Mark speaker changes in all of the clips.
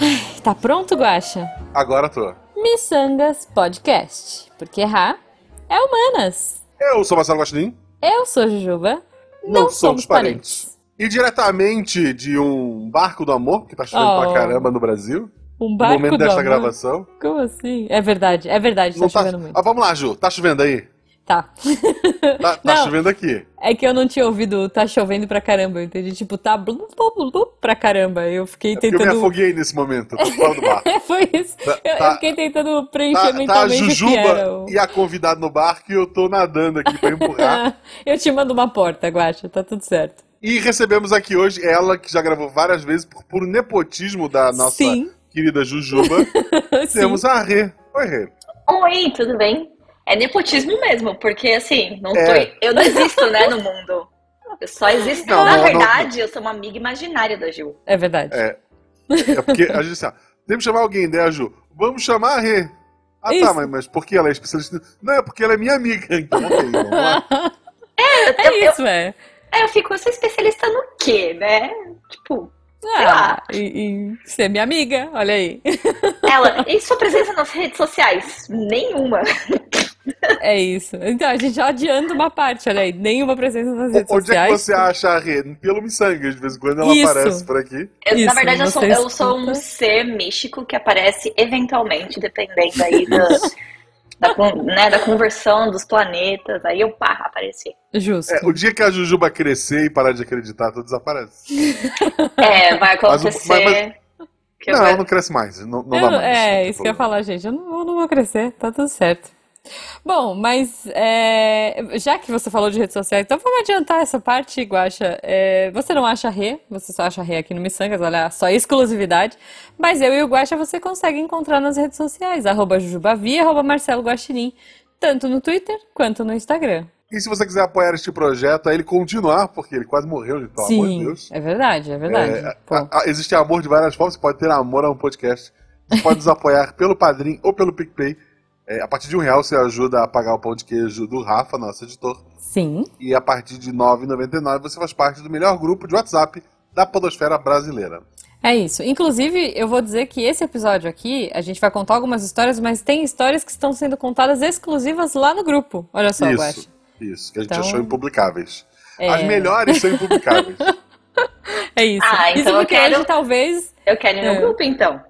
Speaker 1: Ai, tá pronto, Guaxa?
Speaker 2: Agora tô.
Speaker 1: Missangas Podcast. Porque errar é humanas.
Speaker 2: Eu sou Marcelo Guaxinim.
Speaker 1: Eu sou Jujuba.
Speaker 2: Não somos parentes. E diretamente de um barco do amor, que tá chovendo
Speaker 1: Oh.
Speaker 2: pra caramba no Brasil.
Speaker 1: Um
Speaker 2: No
Speaker 1: barco
Speaker 2: momento
Speaker 1: do
Speaker 2: desta
Speaker 1: amor.
Speaker 2: gravação.
Speaker 1: Como assim? É verdade, é verdade, tá
Speaker 2: Não tá-
Speaker 1: chovendo muito.
Speaker 2: Ah, vamos lá, Ju. Tá chovendo aí?
Speaker 1: Tá.
Speaker 2: Tá, tá
Speaker 1: Não.
Speaker 2: chovendo aqui.
Speaker 1: É que eu não tinha ouvido tá chovendo pra caramba, eu entendi. Tipo, tá blu, blu, blu, blu pra caramba. Eu fiquei
Speaker 2: É Porque eu me
Speaker 1: tentando. É,
Speaker 2: afoguei nesse momento. Tô fora do barco.
Speaker 1: Foi isso.
Speaker 2: Tá-
Speaker 1: Eu, eu
Speaker 2: tá-
Speaker 1: fiquei tentando preencher
Speaker 2: Tá, tá a
Speaker 1: mentalmente o que era
Speaker 2: Jujuba
Speaker 1: o-
Speaker 2: e a convidada no barco e eu tô nadando aqui pra empurrar.
Speaker 1: Eu te mando uma porta, Guaxa, tá tudo certo.
Speaker 2: e recebemos aqui hoje ela, que já gravou várias vezes por puro nepotismo da nossa
Speaker 1: Sim.
Speaker 2: querida Jujuba.
Speaker 1: Sim.
Speaker 2: Temos a Rê. Oi, Rê.
Speaker 3: Oi, tudo bem? É nepotismo mesmo, porque assim, não tô-
Speaker 2: É.
Speaker 3: eu não existo, né, no mundo. Eu só existo.
Speaker 2: Não,
Speaker 3: Na
Speaker 2: não, não.
Speaker 3: verdade, eu sou uma amiga imaginária da Gil.
Speaker 1: É verdade.
Speaker 2: É. É porque a gente assim, ó, temos que chamar alguém, né, Ju? Vamos chamar a Rê. Ah, tá,
Speaker 1: Isso.
Speaker 2: mas, mas por que ela é especialista? Não, é porque ela é minha amiga. Então, ok, vamos lá.
Speaker 1: É isso, é.
Speaker 3: É, eu fico, eu sou especialista no quê, né? Tipo,
Speaker 1: Ah, e, e ser minha amiga, olha aí.
Speaker 3: ela. E sua presença nas redes sociais? Nenhuma.
Speaker 1: É isso. Então, a gente já adianta uma parte, olha aí. Nenhuma presença nas redes
Speaker 2: Onde é que
Speaker 1: sociais.
Speaker 2: você acha a Rê? Pelo Missangas, de vez em quando ela
Speaker 1: Isso.
Speaker 2: aparece por aqui.
Speaker 3: Eu- na
Speaker 1: Isso,
Speaker 3: verdade, eu sou,
Speaker 1: você
Speaker 3: eu sou
Speaker 1: escuta.
Speaker 3: um ser místico que aparece eventualmente, dependendo aí da, da, con- né, da conversão dos planetas. Aí eu, pá, apareci.
Speaker 1: Justo.
Speaker 2: É, o dia que a Jujuba crescer e parar de acreditar, tu desaparece.
Speaker 3: É, vai
Speaker 2: Mas o-
Speaker 3: acontecer.
Speaker 2: mas- mas-
Speaker 3: que eu
Speaker 2: não,
Speaker 3: vou-
Speaker 2: ela não cresce mais. Não, não
Speaker 1: Eu-
Speaker 2: dá mais.
Speaker 1: é,
Speaker 2: Não
Speaker 1: isso que eu ia
Speaker 2: problema.
Speaker 1: falar, gente. Eu não, vou- não vou crescer, tá tudo certo. Bom, mas é, já que você falou de redes sociais, então vamos adiantar essa parte, Guaxa. É, você não acha Rê, você só acha Rê aqui no Missangas, olha só, exclusividade. Mas eu e o Guaxa você consegue encontrar nas redes sociais, arroba Jujubavi, arroba Marcelo Guaxinim, tanto no Twitter quanto no Instagram.
Speaker 2: E se você quiser apoiar este projeto, a ele continuar, porque ele quase morreu, gente, pelo amor de
Speaker 1: Sim,
Speaker 2: Deus.
Speaker 1: é verdade, é verdade. Pô,
Speaker 2: A- a- Existe amor de várias formas, você pode ter amor a um podcast. Você pode nos apoiar pelo Padrim ou pelo PicPay. É, a partir de um real você ajuda a pagar o pão de queijo do Rafa, nosso editor.
Speaker 1: sim,
Speaker 2: E a partir de R$ 9,99 você faz parte do melhor grupo de WhatsApp da podosfera brasileira.
Speaker 1: é isso. Inclusive, eu vou dizer que esse episódio aqui, a gente vai contar algumas histórias, mas tem histórias que estão sendo contadas exclusivas lá no grupo. Olha só, Guaxa.
Speaker 2: isso, isso, que a gente
Speaker 1: Então-
Speaker 2: achou impublicáveis.
Speaker 1: É.
Speaker 2: As melhores são impublicáveis.
Speaker 1: É isso.
Speaker 3: Ah, então
Speaker 1: Isso
Speaker 3: eu
Speaker 1: porque
Speaker 3: quero-
Speaker 1: hoje talvez.
Speaker 3: Eu quero ir no
Speaker 1: É.
Speaker 3: grupo, então.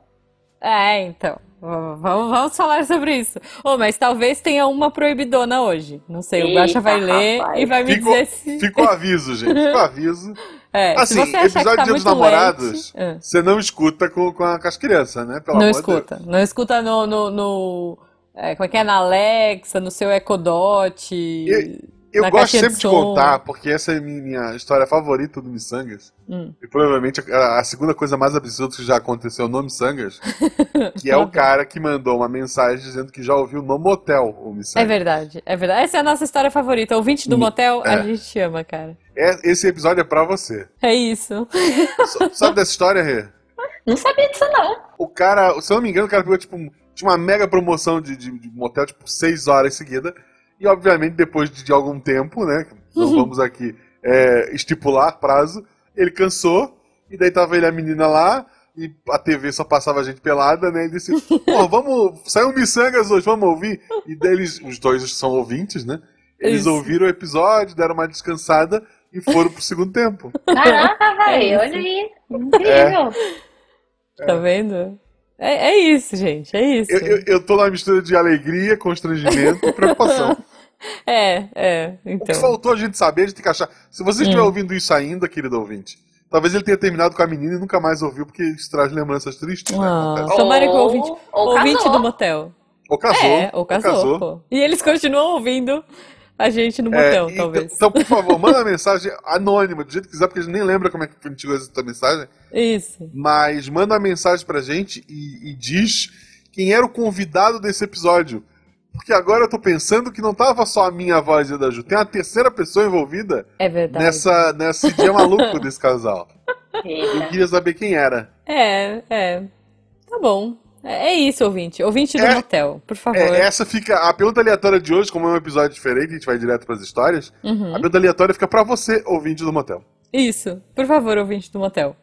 Speaker 1: É, então. v- Vamos, vamos falar sobre isso. Ô, mas talvez tenha uma proibidona hoje. Não sei, o
Speaker 3: Eita,
Speaker 1: Guaxa vai ler
Speaker 3: rapaz.
Speaker 1: e vai me
Speaker 2: Ficou-
Speaker 1: dizer se.
Speaker 2: Fica o aviso, gente. Fica o aviso.
Speaker 1: É, se
Speaker 2: Assim,
Speaker 1: você achar que
Speaker 2: episódio
Speaker 1: tá
Speaker 2: de Dia dos
Speaker 1: muito lente,
Speaker 2: Namorados,
Speaker 1: é.
Speaker 2: Você não escuta com, com, a- com as crianças, né? Pelo
Speaker 1: não
Speaker 2: amor de Deus.
Speaker 1: escuta. Não escuta no. no, no é, como é que é? Na Alexa, no seu Echo Dot.
Speaker 2: Eu
Speaker 1: na
Speaker 2: gosto
Speaker 1: caixinha
Speaker 2: sempre
Speaker 1: de
Speaker 2: de
Speaker 1: som.
Speaker 2: contar, porque essa é a minha, minha história favorita do Missangas.
Speaker 1: Hum.
Speaker 2: E provavelmente a, a segunda coisa mais absurda que já aconteceu no Missangas,
Speaker 1: Tá
Speaker 2: que é o cara que mandou uma mensagem dizendo que já ouviu no motel o
Speaker 1: É
Speaker 2: Missangas.
Speaker 1: verdade, é verdade. Essa é a nossa história favorita. Ouvinte do motel, a
Speaker 2: é.
Speaker 1: gente chama, cara.
Speaker 2: É, esse episódio é pra você.
Speaker 1: É isso.
Speaker 2: S- Sabe dessa história, Rê?
Speaker 3: Não sabia disso, não.
Speaker 2: O cara, se eu não me engano, o cara pegou tipo, um- tinha uma mega promoção de, de, de motel, tipo, seis horas em seguida. E obviamente, depois de, de algum tempo, né? Não vamos aqui é, estipular prazo, ele cansou, e daí tava ele e a menina lá, e a TV só passava a gente pelada, né? E disse, pô, vamos. Saiu um miçangas hoje, vamos ouvir. E daí eles, os dois são ouvintes, né? Eles
Speaker 1: Isso.
Speaker 2: ouviram o episódio, deram uma descansada e foram pro segundo tempo.
Speaker 3: Caraca,
Speaker 1: É isso.
Speaker 3: velho, olha aí. Incrível.
Speaker 1: Tá vendo? É, é isso, gente. É isso.
Speaker 2: Eu, eu, eu tô na mistura de alegria, constrangimento e preocupação.
Speaker 1: É, é.
Speaker 2: O que
Speaker 1: Então. Hum.
Speaker 2: faltou a gente saber, a gente tem que achar. Se você estiver ouvindo isso ainda, querido ouvinte, talvez ele tenha terminado com a menina e nunca mais ouviu, porque isso traz lembranças tristes, né?
Speaker 1: Ah,
Speaker 2: Acontece.
Speaker 1: tomara que o
Speaker 3: Ou-
Speaker 1: ouvinte,
Speaker 3: ou
Speaker 1: ouvinte
Speaker 3: casou.
Speaker 1: do motel.
Speaker 2: Ou casou.
Speaker 1: é, ou casou, pô. E eles continuam ouvindo a gente no
Speaker 2: É,
Speaker 1: motel,
Speaker 2: e-
Speaker 1: talvez.
Speaker 2: Então, por favor, manda uma mensagem anônima, do jeito que quiser, porque a gente nem lembra como é que a gente chegou a essa tua mensagem.
Speaker 1: Isso.
Speaker 2: Mas manda uma mensagem pra gente e, e diz quem era o convidado desse episódio. Porque agora eu tô pensando que não tava só a minha voz e a da Ju, tem uma terceira pessoa envolvida
Speaker 1: É verdade.
Speaker 2: nessa, nesse dia maluco desse casal. Eu
Speaker 3: Eita.
Speaker 2: queria saber quem era.
Speaker 1: É, é. Tá bom. É, é isso, ouvinte. Ouvinte do
Speaker 2: É-
Speaker 1: motel, por favor.
Speaker 2: É, essa fica. A pergunta aleatória de
Speaker 1: Hum.
Speaker 2: hoje, como é um episódio diferente, a gente vai direto pras histórias. A pergunta aleatória fica pra você, ouvinte do motel.
Speaker 1: Uhum. Isso, por favor, ouvinte do motel.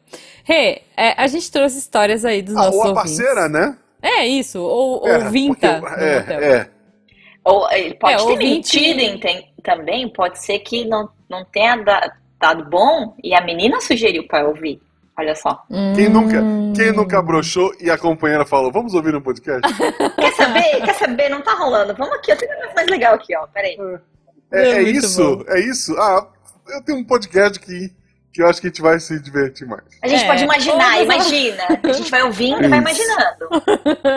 Speaker 1: Rê, é, a gente trouxe histórias aí dos
Speaker 2: Ah,
Speaker 1: nossos
Speaker 2: ou a
Speaker 1: ouvintes.
Speaker 2: parceira, né?
Speaker 1: É isso, ou
Speaker 2: É,
Speaker 1: ouvinta
Speaker 2: porque-
Speaker 1: do motel.
Speaker 2: é, é.
Speaker 3: Ou eh, ele pode
Speaker 1: É,
Speaker 3: ter
Speaker 1: ouvinte-
Speaker 3: mentido em- tem- também, pode ser que não, não tenha da- dado bom e a menina sugeriu pra eu ouvir. Olha só.
Speaker 2: é. Quem nunca,
Speaker 1: Hum.
Speaker 2: quem nunca broxou e a companheira falou, vamos ouvir um podcast?
Speaker 3: Quer saber? Quer saber? Não tá rolando. Vamos aqui, eu tenho um negócio mais legal aqui, ó. Peraí.
Speaker 2: É,
Speaker 1: É
Speaker 2: é
Speaker 1: muito
Speaker 2: isso?
Speaker 1: bom.
Speaker 2: É isso? Ah, eu tenho um podcast que, que eu acho que a gente vai se divertir mais.
Speaker 3: A gente
Speaker 1: É.
Speaker 3: pode imaginar,
Speaker 1: Ou-
Speaker 3: imagina. A gente vai ouvindo e vai
Speaker 2: Isso.
Speaker 3: imaginando.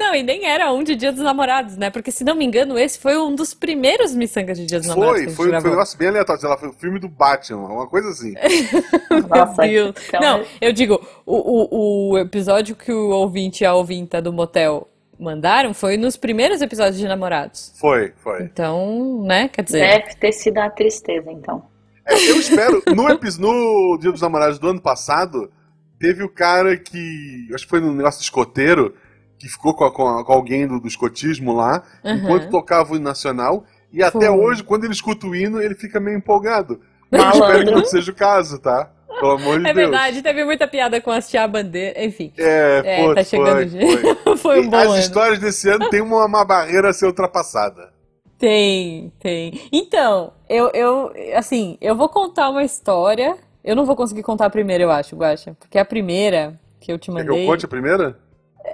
Speaker 1: Não, e nem era um de Dia dos Namorados, né? Porque, se não me engano, esse foi um dos primeiros miçangas de Dia dos Namorados que a
Speaker 2: Foi,
Speaker 1: gente
Speaker 2: foi, foi um
Speaker 1: gravou.
Speaker 2: negócio bem aleatório. Sei lá, foi o filme do Batman, uma coisa assim.
Speaker 1: Meu
Speaker 3: Nossa,
Speaker 1: Deus.
Speaker 3: então-
Speaker 1: Não, eu digo, o, o, o episódio que o ouvinte e a ouvinta do motel mandaram foi nos primeiros episódios de Namorados.
Speaker 2: Foi, foi.
Speaker 1: Então, né? Quer dizer,
Speaker 3: Deve ter sido uma tristeza, então.
Speaker 2: É, eu espero, no, epi- no Dia dos Namorados do ano passado, teve o cara que, acho que foi no negócio de escoteiro, que ficou com, a- com a- com alguém do, do escotismo lá,
Speaker 1: Aham.
Speaker 2: enquanto tocava o hino nacional. E até
Speaker 1: Foi.
Speaker 2: hoje, quando ele escuta o hino, ele fica meio empolgado. Eu espero que
Speaker 3: Malandro.
Speaker 2: não seja o caso, tá? Pelo amor de
Speaker 1: é
Speaker 2: Deus.
Speaker 1: verdade, teve muita piada com hastear a bandeira, enfim.
Speaker 2: É,
Speaker 1: É,
Speaker 2: pô,
Speaker 1: tá chegando
Speaker 2: foi,
Speaker 1: o dia.
Speaker 2: foi.
Speaker 1: Foi um
Speaker 2: E
Speaker 1: bom
Speaker 2: As
Speaker 1: ano.
Speaker 2: histórias desse ano tem uma, uma barreira a ser ultrapassada.
Speaker 1: Tem, tem. Então, eu, eu, assim, eu vou contar uma história. Eu não vou conseguir contar a primeira, eu acho, Guaxa, porque a primeira que eu te
Speaker 2: Quer que eu
Speaker 1: mandei.
Speaker 2: conte a primeira?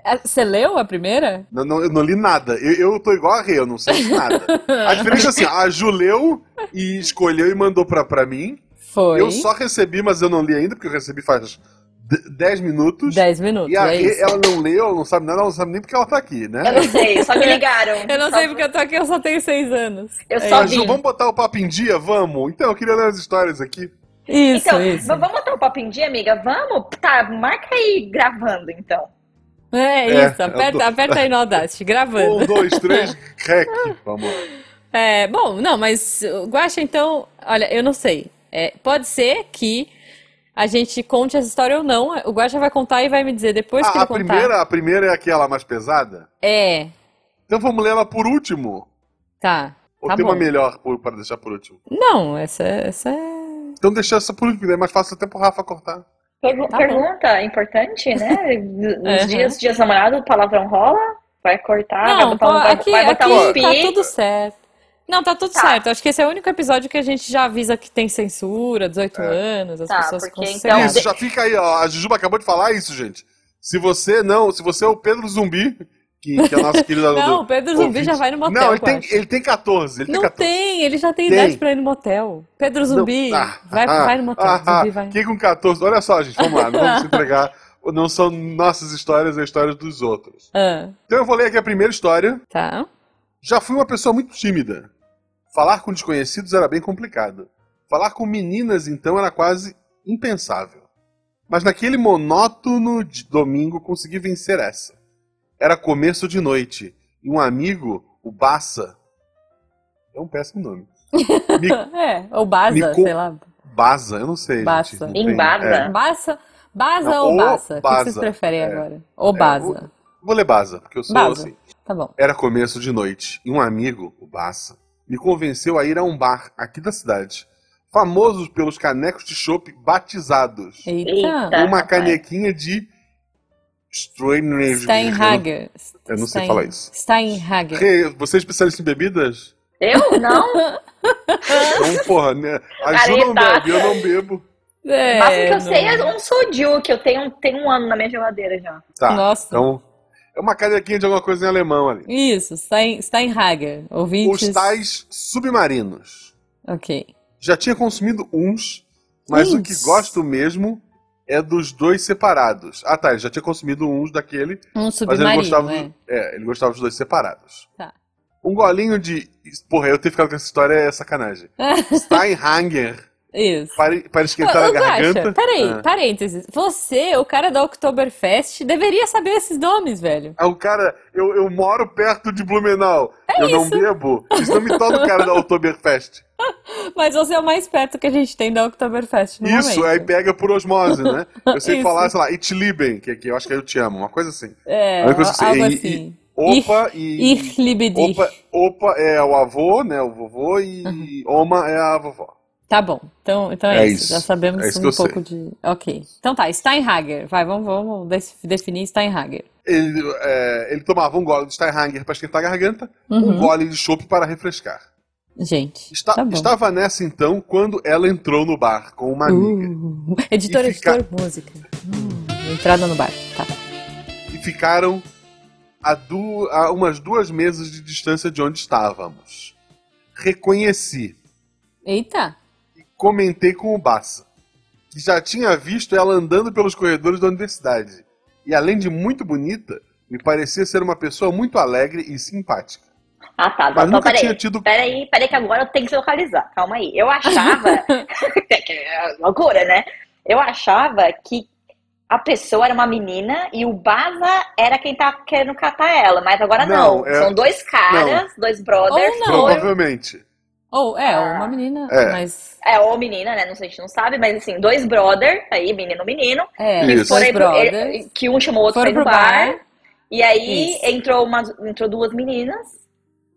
Speaker 1: Ah, Você leu a primeira?
Speaker 2: Não, não, eu não li nada. Eu, eu tô igual a Rê, eu não sei de nada. A diferença é assim, a Ju leu e escolheu e mandou pra, pra mim.
Speaker 1: Foi.
Speaker 2: Eu só recebi, mas eu não li ainda, porque eu recebi faz de- 10 minutos.
Speaker 1: 10 minutos,
Speaker 2: E a
Speaker 1: é
Speaker 2: Rê,
Speaker 1: isso.
Speaker 2: ela não leu, ela não sabe nada, ela não sabe nem porque ela tá aqui,
Speaker 3: Eu
Speaker 2: né?
Speaker 3: não sei, só me ligaram.
Speaker 1: É. Eu não
Speaker 3: Só-
Speaker 1: sei porque eu tô aqui, eu só tenho 6 anos.
Speaker 3: Eu
Speaker 1: É
Speaker 3: só
Speaker 2: A
Speaker 1: isso.
Speaker 3: vi.
Speaker 2: Ju, vamos botar o papo em dia? Vamos. Então, eu queria ler as histórias aqui.
Speaker 1: Isso,
Speaker 3: Então,
Speaker 1: isso.
Speaker 3: v- vamos botar o papo em dia, amiga? Vamos? Tá, marca aí gravando, então.
Speaker 1: É
Speaker 2: É,
Speaker 1: isso,
Speaker 2: eu
Speaker 1: aperta,
Speaker 2: tô-
Speaker 1: aperta aí no Audacity, gravando.
Speaker 2: Um, dois, três, rec. Vamos lá.
Speaker 1: É, bom, não, mas uh, Guaxa, então, olha, eu não sei. É, pode ser que a gente conte essa história ou não. O Guaxa vai contar e vai me dizer depois que
Speaker 2: Ah,
Speaker 1: ele
Speaker 2: a
Speaker 1: contar.
Speaker 2: primeira, a primeira é aquela mais pesada?
Speaker 1: É,
Speaker 2: Então vamos ler ela por último?
Speaker 1: tá.
Speaker 2: Ou
Speaker 1: Tá
Speaker 2: tem uma
Speaker 1: bom.
Speaker 2: melhor por- para deixar por último?
Speaker 1: Não, essa, essa é.
Speaker 2: Então deixa essa por último, daí é mais fácil até pro Rafa cortar.
Speaker 3: Pergu-
Speaker 1: Tá bom.
Speaker 3: pergunta importante, né? Nos
Speaker 1: Aham.
Speaker 3: dias, dias namorado, palavrão rola? Vai cortar? vai
Speaker 1: Não,
Speaker 3: botar, um-
Speaker 1: pô,
Speaker 3: vai,
Speaker 1: aqui,
Speaker 3: vai botar
Speaker 1: aqui
Speaker 3: um pi?
Speaker 1: tá tudo certo. Não, tá tudo
Speaker 3: Tá.
Speaker 1: certo. Acho que esse é o único episódio que a gente já avisa que tem censura, 18
Speaker 2: É.
Speaker 1: anos, as
Speaker 3: Tá,
Speaker 1: pessoas
Speaker 3: porque
Speaker 1: ficam
Speaker 3: então-
Speaker 1: censuradas.
Speaker 2: Isso, já fica aí, ó. A Jujuba acabou de falar isso, gente. Se você não, se você é o Pedro Zumbi, que, que é o nosso querido
Speaker 1: Não, o Pedro Zumbi já vai no motel,
Speaker 2: Não, ele
Speaker 1: eu
Speaker 2: tem,
Speaker 1: acho.
Speaker 2: ele tem 14, ele
Speaker 1: Não
Speaker 2: tem 14.
Speaker 1: tem, ele já tem
Speaker 2: Tem.
Speaker 1: idade pra ir no motel. Pedro Zumbi,
Speaker 2: Não- ah,
Speaker 1: vai,
Speaker 2: ah,
Speaker 1: vai no motel,
Speaker 2: ah, ah,
Speaker 1: Zumbi vai.
Speaker 2: Quem com 14? Olha só, gente, vamos lá, não vamos se entregar. Não são nossas histórias, é histórias dos outros.
Speaker 1: Ah,
Speaker 2: Então eu vou ler aqui a primeira história.
Speaker 1: tá.
Speaker 2: Já fui uma pessoa muito tímida. Falar com desconhecidos era bem complicado. Falar com meninas, então, era quase impensável. Mas naquele monótono de domingo consegui vencer essa. Era começo de noite e um amigo, o Bassa. É um péssimo nome. Me,
Speaker 1: É, ou Baza,
Speaker 2: Me con-
Speaker 1: sei lá.
Speaker 2: Baza, eu não sei. gente,
Speaker 1: Baça.
Speaker 2: não tem- É,
Speaker 3: Embasa.
Speaker 1: Baza, Baza
Speaker 2: Não,
Speaker 1: ou
Speaker 2: ou
Speaker 1: Baza? O que vocês
Speaker 2: Baza,
Speaker 1: preferem
Speaker 2: é.
Speaker 1: agora? Ou Baza.
Speaker 2: Vou ler Baza, porque eu sou
Speaker 1: Baza.
Speaker 2: assim.
Speaker 1: Tá bom.
Speaker 2: Era começo de noite e um amigo, o Bassa, me convenceu a ir a um bar aqui da cidade, famoso pelos canecos de chopp batizados.
Speaker 1: Eita.
Speaker 3: Eita.
Speaker 2: uma
Speaker 3: rapaz.
Speaker 2: canequinha de Strainer.
Speaker 1: Steinhager.
Speaker 2: Eu não sei
Speaker 1: Stein-
Speaker 2: falar isso.
Speaker 1: Steinhager.
Speaker 2: Rê, Você é especialista em bebidas?
Speaker 3: Eu? Não?
Speaker 2: Então, porra, né? A Ju não
Speaker 3: Careta.
Speaker 2: bebe, eu não bebo.
Speaker 1: É,
Speaker 3: O máximo que eu sei
Speaker 1: não.
Speaker 3: é um sodio, que eu tenho, tenho um ano na minha geladeira já.
Speaker 2: Tá,
Speaker 1: Nossa.
Speaker 2: então... É uma canequinha de alguma coisa em alemão ali.
Speaker 1: Isso, Stein, Steinhager.
Speaker 2: Os
Speaker 1: Ouvintes.
Speaker 2: tais submarinos.
Speaker 1: Ok.
Speaker 2: Já tinha consumido uns, mas o que
Speaker 1: Uns.
Speaker 2: gosto mesmo é dos dois separados. Ah, tá, ele já tinha consumido uns daquele,
Speaker 1: Um
Speaker 2: mas ele
Speaker 1: submarino,
Speaker 2: gostava,
Speaker 1: é.
Speaker 2: do- é, ele gostava dos dois separados.
Speaker 1: Tá.
Speaker 2: Um golinho de. Porra, eu ter ficado com essa história é sacanagem. Steinhanger
Speaker 1: Isso.
Speaker 2: para, para
Speaker 1: Ô,
Speaker 2: esquentar a
Speaker 1: ô, Guaxa,
Speaker 2: garganta.
Speaker 1: peraí,
Speaker 2: Ah.
Speaker 1: parênteses. Você, o cara da Oktoberfest, deveria saber esses nomes, velho.
Speaker 2: Ah, o cara, eu, eu moro perto de Blumenau. eu não
Speaker 1: É isso.
Speaker 2: bebo. Isso não me torna o cara da Oktoberfest.
Speaker 1: Mas você é o mais perto que a gente tem da Oktoberfest no
Speaker 2: Isso, é aí
Speaker 1: momento.
Speaker 2: pega por osmose, né? Eu sei
Speaker 1: é. Isso.
Speaker 2: falar, sei lá, Itliben, que, que eu acho que é eu te amo, uma coisa assim.
Speaker 1: É,
Speaker 2: A única coisa que eu sei
Speaker 1: algo
Speaker 2: é i-
Speaker 1: assim.
Speaker 2: i- opa e.
Speaker 1: Ich liebe dich.
Speaker 2: Opa, opa é o avô, né? O vovô e Oma é a vovó.
Speaker 1: Tá bom. Então, então é
Speaker 2: É
Speaker 1: isso. Já
Speaker 2: isso.
Speaker 1: sabemos
Speaker 2: É isso que
Speaker 1: um
Speaker 2: eu sei.
Speaker 1: pouco de. Ok. Então tá, Steinhager. Vai, vamos, vamos def- definir Steinhager.
Speaker 2: Ele, é, ele tomava um gole de Steinhanger para esquentar a garganta, um gole de chopp para refrescar.
Speaker 1: Uhum. Gente,
Speaker 2: Está-
Speaker 1: tá bom.
Speaker 2: Estava nessa então quando ela entrou no bar com uma amiga
Speaker 1: Uh, editor,
Speaker 2: E fica-
Speaker 1: editor, música. Hum, entrada no bar. Tá.
Speaker 2: e ficaram a, du- a umas duas mesas de distância de onde estávamos. Reconheci
Speaker 1: Eita!
Speaker 2: e comentei com o Bassa, que já tinha visto ela andando pelos corredores da universidade e, além de muito bonita, me parecia ser uma pessoa muito alegre e simpática.
Speaker 3: Ah, tá.
Speaker 2: Mas
Speaker 3: Então,
Speaker 2: nunca
Speaker 3: peraí.
Speaker 2: tinha tido-
Speaker 3: Peraí, peraí, que agora eu tenho que se localizar. Calma aí. Eu achava. que é loucura, né? Eu achava que a pessoa era uma menina e o Baza era quem tava querendo catar ela. Mas agora não.
Speaker 2: Não, é-
Speaker 3: São dois caras, dois brothers.
Speaker 1: Ou não.
Speaker 3: ou-
Speaker 2: Provavelmente.
Speaker 1: Ou é, ou uma
Speaker 3: Ah.
Speaker 1: menina,
Speaker 2: É.
Speaker 1: mas.
Speaker 3: É, ou menina, né? Não sei, a gente não sabe, mas assim, dois brothers, aí, menino, menino,
Speaker 1: É,
Speaker 2: Isso.
Speaker 1: dois
Speaker 3: foram aí pro-
Speaker 1: brothers.
Speaker 3: ele- que um chamou o outro
Speaker 1: Foram
Speaker 3: pra ir no
Speaker 1: pro
Speaker 3: bar.
Speaker 1: bar.
Speaker 3: E aí
Speaker 1: Isso.
Speaker 3: entrou, umas, entrou duas meninas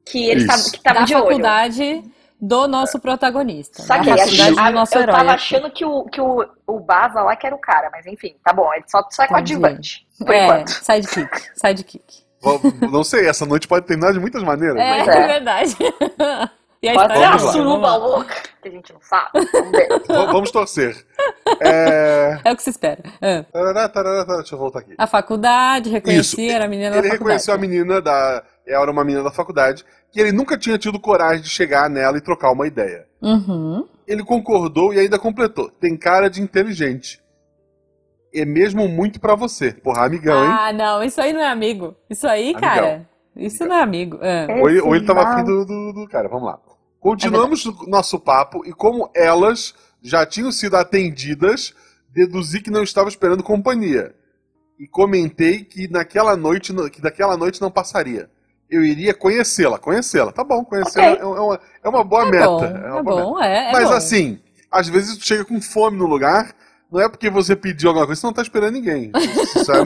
Speaker 3: que eles
Speaker 2: Isso.
Speaker 3: tavam- que estavam
Speaker 1: da
Speaker 3: de olho.
Speaker 1: faculdade do
Speaker 2: É.
Speaker 1: nosso protagonista.
Speaker 3: Só
Speaker 1: da
Speaker 3: que
Speaker 1: faculdade
Speaker 3: a-
Speaker 1: do nosso
Speaker 3: eu
Speaker 1: herói. assim.
Speaker 3: tava
Speaker 1: aqui.
Speaker 3: achando que o, que o, o Baza lá que era o cara, mas enfim, tá bom, ele só, só é
Speaker 1: Entendi.
Speaker 3: coadjuvante, por
Speaker 1: é,
Speaker 3: enquanto.
Speaker 1: sidekick, sidekick.
Speaker 2: Vo- Não sei, essa noite pode terminar de muitas maneiras.
Speaker 1: É,
Speaker 2: mas
Speaker 3: é.
Speaker 1: verdade. E a
Speaker 3: Pode ser
Speaker 1: história
Speaker 3: uma
Speaker 2: vamos lá.
Speaker 3: suruba louca, que a gente não sabe, vamos ver.
Speaker 2: v- Vamos torcer. É...
Speaker 1: É o que se espera. É.
Speaker 2: tarará, tarará, tarará, Deixa eu voltar aqui.
Speaker 1: A faculdade, reconhecia, era a menina da
Speaker 2: Ele
Speaker 1: É faculdade.
Speaker 2: reconheceu a menina da. Ela era uma menina da faculdade, que ele nunca tinha tido coragem de chegar nela e trocar uma ideia.
Speaker 1: Uhum.
Speaker 2: Ele concordou e ainda completou. Tem cara de inteligente. É mesmo muito pra você. Porra, amigão, hein?
Speaker 1: Ah, não, isso aí não é amigo. Isso aí,
Speaker 2: Amigão.
Speaker 1: cara, isso não é amigo. É.
Speaker 2: Ou ele, ou ele
Speaker 3: Esse
Speaker 2: tava
Speaker 3: mal.
Speaker 2: afim do, do- do cara, vamos lá.
Speaker 1: É
Speaker 2: Continuamos o nosso papo e como elas já tinham sido atendidas, deduzi que não estava esperando companhia. E comentei que naquela noite, não- que daquela noite não passaria. Eu iria conhecê-la, conhecê-la. Tá bom, conhecê-la
Speaker 3: Ok.
Speaker 2: é, um- é uma, é uma boa
Speaker 1: É
Speaker 2: meta.
Speaker 1: bom,
Speaker 2: é uma
Speaker 1: é
Speaker 2: boa meta.
Speaker 1: bom, é, é
Speaker 2: Mas
Speaker 1: bom.
Speaker 2: assim, às vezes tu chega com fome no lugar, não é porque você pediu alguma coisa, você não tá esperando ninguém. Você só é,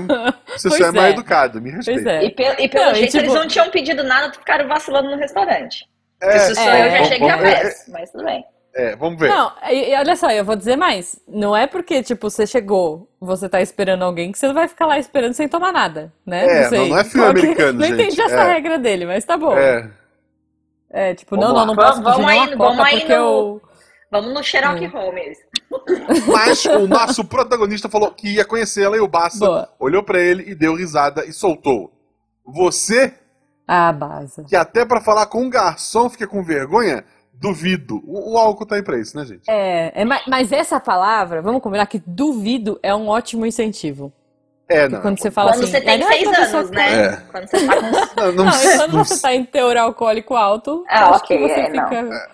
Speaker 2: você só
Speaker 1: Pois
Speaker 2: é mal
Speaker 1: é.
Speaker 2: educado, me respeita.
Speaker 1: Pois é.
Speaker 3: E, pe- e pelo
Speaker 1: Não, e
Speaker 3: jeito eles
Speaker 1: tipo-
Speaker 3: não tinham pedido nada, ficaram vacilando no restaurante.
Speaker 2: É,
Speaker 3: Isso sou eu, já
Speaker 1: É.
Speaker 2: vamos-
Speaker 3: cheguei a
Speaker 2: vamos- é,
Speaker 3: peço, mas tudo bem.
Speaker 2: é, é, vamos ver.
Speaker 1: Não, e, e olha só, eu vou dizer mais. Não é porque, tipo, você chegou, você tá esperando alguém, que você vai ficar lá esperando sem tomar nada, né?
Speaker 2: É,
Speaker 1: não sei.
Speaker 2: não- não é filme
Speaker 1: Qual que-
Speaker 2: americano,
Speaker 1: Não
Speaker 2: gente,
Speaker 1: entendi essa
Speaker 2: é.
Speaker 1: regra dele, mas tá bom.
Speaker 2: É.
Speaker 1: É, tipo,
Speaker 2: Vamos
Speaker 1: não, não,
Speaker 2: lá.
Speaker 1: não posso
Speaker 3: Vamos-
Speaker 1: pedir
Speaker 3: vamos
Speaker 1: nenhuma
Speaker 3: aí,
Speaker 1: coca
Speaker 3: vamos aí
Speaker 1: porque
Speaker 3: no-
Speaker 1: eu...
Speaker 3: Vamos no Sherlock
Speaker 1: É.
Speaker 3: Holmes.
Speaker 2: Mas o nosso protagonista falou que ia conhecê-la e o Bassa
Speaker 1: Boa.
Speaker 2: olhou pra ele e deu risada e soltou. Você,
Speaker 1: Ah, Baza.
Speaker 2: que até pra falar com um garçom fica com vergonha, duvido. O, o álcool tá aí pra isso, né, gente?
Speaker 1: É, é, ma- mas essa palavra, vamos combinar que duvido é um ótimo incentivo.
Speaker 2: É,
Speaker 1: Porque
Speaker 2: não.
Speaker 1: quando você fala
Speaker 3: Quando
Speaker 1: assim,
Speaker 3: você tem
Speaker 1: "Ah,
Speaker 3: seis
Speaker 1: quando a pessoa
Speaker 3: anos, né?
Speaker 2: É.
Speaker 3: Quando você tá com
Speaker 2: Não, não,
Speaker 1: Não, e quando
Speaker 2: não-
Speaker 1: você tá em teor alcoólico alto,
Speaker 3: Ah,
Speaker 1: acho que
Speaker 3: ok,
Speaker 1: você
Speaker 3: é, não.
Speaker 1: fica.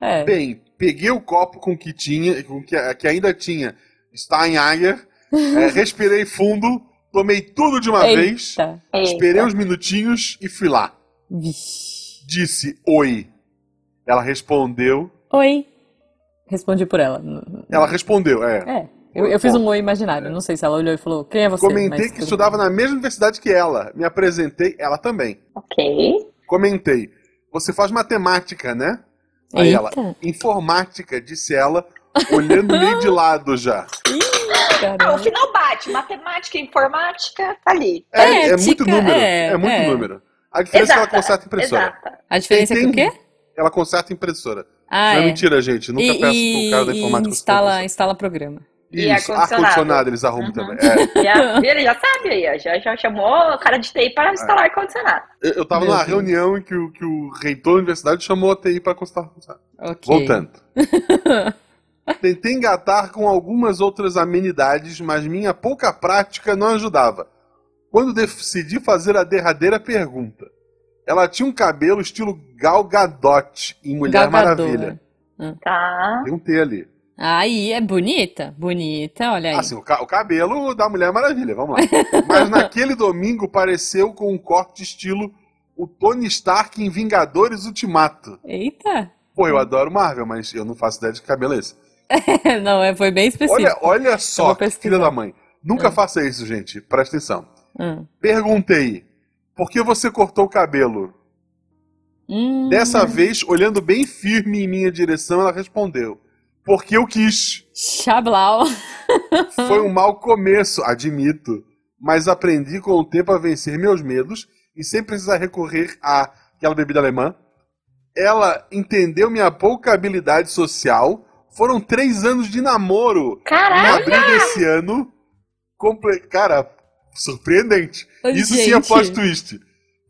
Speaker 1: É.
Speaker 2: Bem, peguei o copo com que tinha, com que, que ainda tinha Steinhager, é, respirei fundo, tomei tudo de uma vez,
Speaker 1: Eita.
Speaker 2: esperei um- uns minutinhos e fui lá.
Speaker 1: Vixe.
Speaker 2: Disse oi. Ela respondeu.
Speaker 1: Oi. Respondi por ela.
Speaker 2: Ela respondeu, é.
Speaker 1: É. Eu, eu fiz um oi imaginário. Não sei se ela olhou e falou, quem é você? Mas
Speaker 2: Comentei que
Speaker 1: tudo
Speaker 2: estudava
Speaker 1: bem.
Speaker 2: na mesma universidade que ela. Me apresentei, ela também.
Speaker 3: Ok.
Speaker 2: Comentei. Você faz matemática, né? Aí
Speaker 1: Eita.
Speaker 2: ela, informática, disse ela, olhando meio de lado já.
Speaker 1: Ih,
Speaker 3: Ah, o
Speaker 1: caramba.
Speaker 3: final bate. Matemática, informática, tá ali.
Speaker 2: É,
Speaker 1: É,
Speaker 2: é muito
Speaker 1: tica,
Speaker 2: número.
Speaker 1: é,
Speaker 2: É, muito
Speaker 1: é.
Speaker 2: número. A diferença é que ela conserta impressora.
Speaker 3: Exata.
Speaker 1: A diferença é que o quê?
Speaker 2: Ela conserta impressora.
Speaker 1: Ah,
Speaker 2: Não é
Speaker 1: é.
Speaker 2: mentira, gente. Nunca
Speaker 1: E,
Speaker 2: peço pro cara da
Speaker 1: e- e
Speaker 2: informática
Speaker 1: instala, instala programa.
Speaker 3: E
Speaker 2: Isso,
Speaker 3: ar-condicionado.
Speaker 2: ar-condicionado eles arrumam
Speaker 3: Uhum.
Speaker 2: também. É.
Speaker 3: E a, ele já sabe aí, ó, já, já chamou o cara de TI
Speaker 2: É.
Speaker 3: para instalar ar-condicionado.
Speaker 2: Eu, eu tava
Speaker 1: Meu
Speaker 2: numa
Speaker 1: Deus.
Speaker 2: reunião em que o, que o reitor da universidade chamou a TI pra consertar. consertar.
Speaker 1: Ok.
Speaker 2: Voltando. Tentei engatar com algumas outras amenidades, mas minha pouca prática não ajudava. Quando decidi fazer a derradeira pergunta, ela tinha um cabelo estilo Gal Gadot em Mulher é
Speaker 1: Galgador.
Speaker 2: Maravilha.
Speaker 3: Tá.
Speaker 2: Tem um T ali.
Speaker 1: Aí é bonita, bonita, olha aí.
Speaker 2: Assim, o, ca- o cabelo da Mulher Maravilha, vamos lá. Mas naquele domingo pareceu com um corte estilo o Tony Stark em Vingadores Ultimato.
Speaker 1: Eita!
Speaker 2: Pô, eu adoro Marvel, mas eu não faço ideia de que cabelo é esse.
Speaker 1: Não, é, foi bem específico.
Speaker 2: Olha, olha
Speaker 1: Eu
Speaker 2: só,
Speaker 1: vou
Speaker 2: que
Speaker 1: pesquisar. É.
Speaker 2: filha da mãe. Nunca faça isso, gente. Presta atenção.
Speaker 1: Hum.
Speaker 2: Perguntei, por que você cortou o cabelo?
Speaker 1: Hum,
Speaker 2: Dessa vez, olhando bem firme em minha direção, ela respondeu, Porque eu quis.
Speaker 1: Xablau.
Speaker 2: Foi um mau começo, admito. Mas aprendi com o tempo a vencer meus medos e sem precisar recorrer àquela bebida alemã. Ela entendeu minha pouca habilidade social. Foram três anos de namoro. Em
Speaker 3: Caralho!
Speaker 2: abril desse ano. comple- Cara, surpreendente. Isso sim é
Speaker 1: Gente.
Speaker 2: plot twist.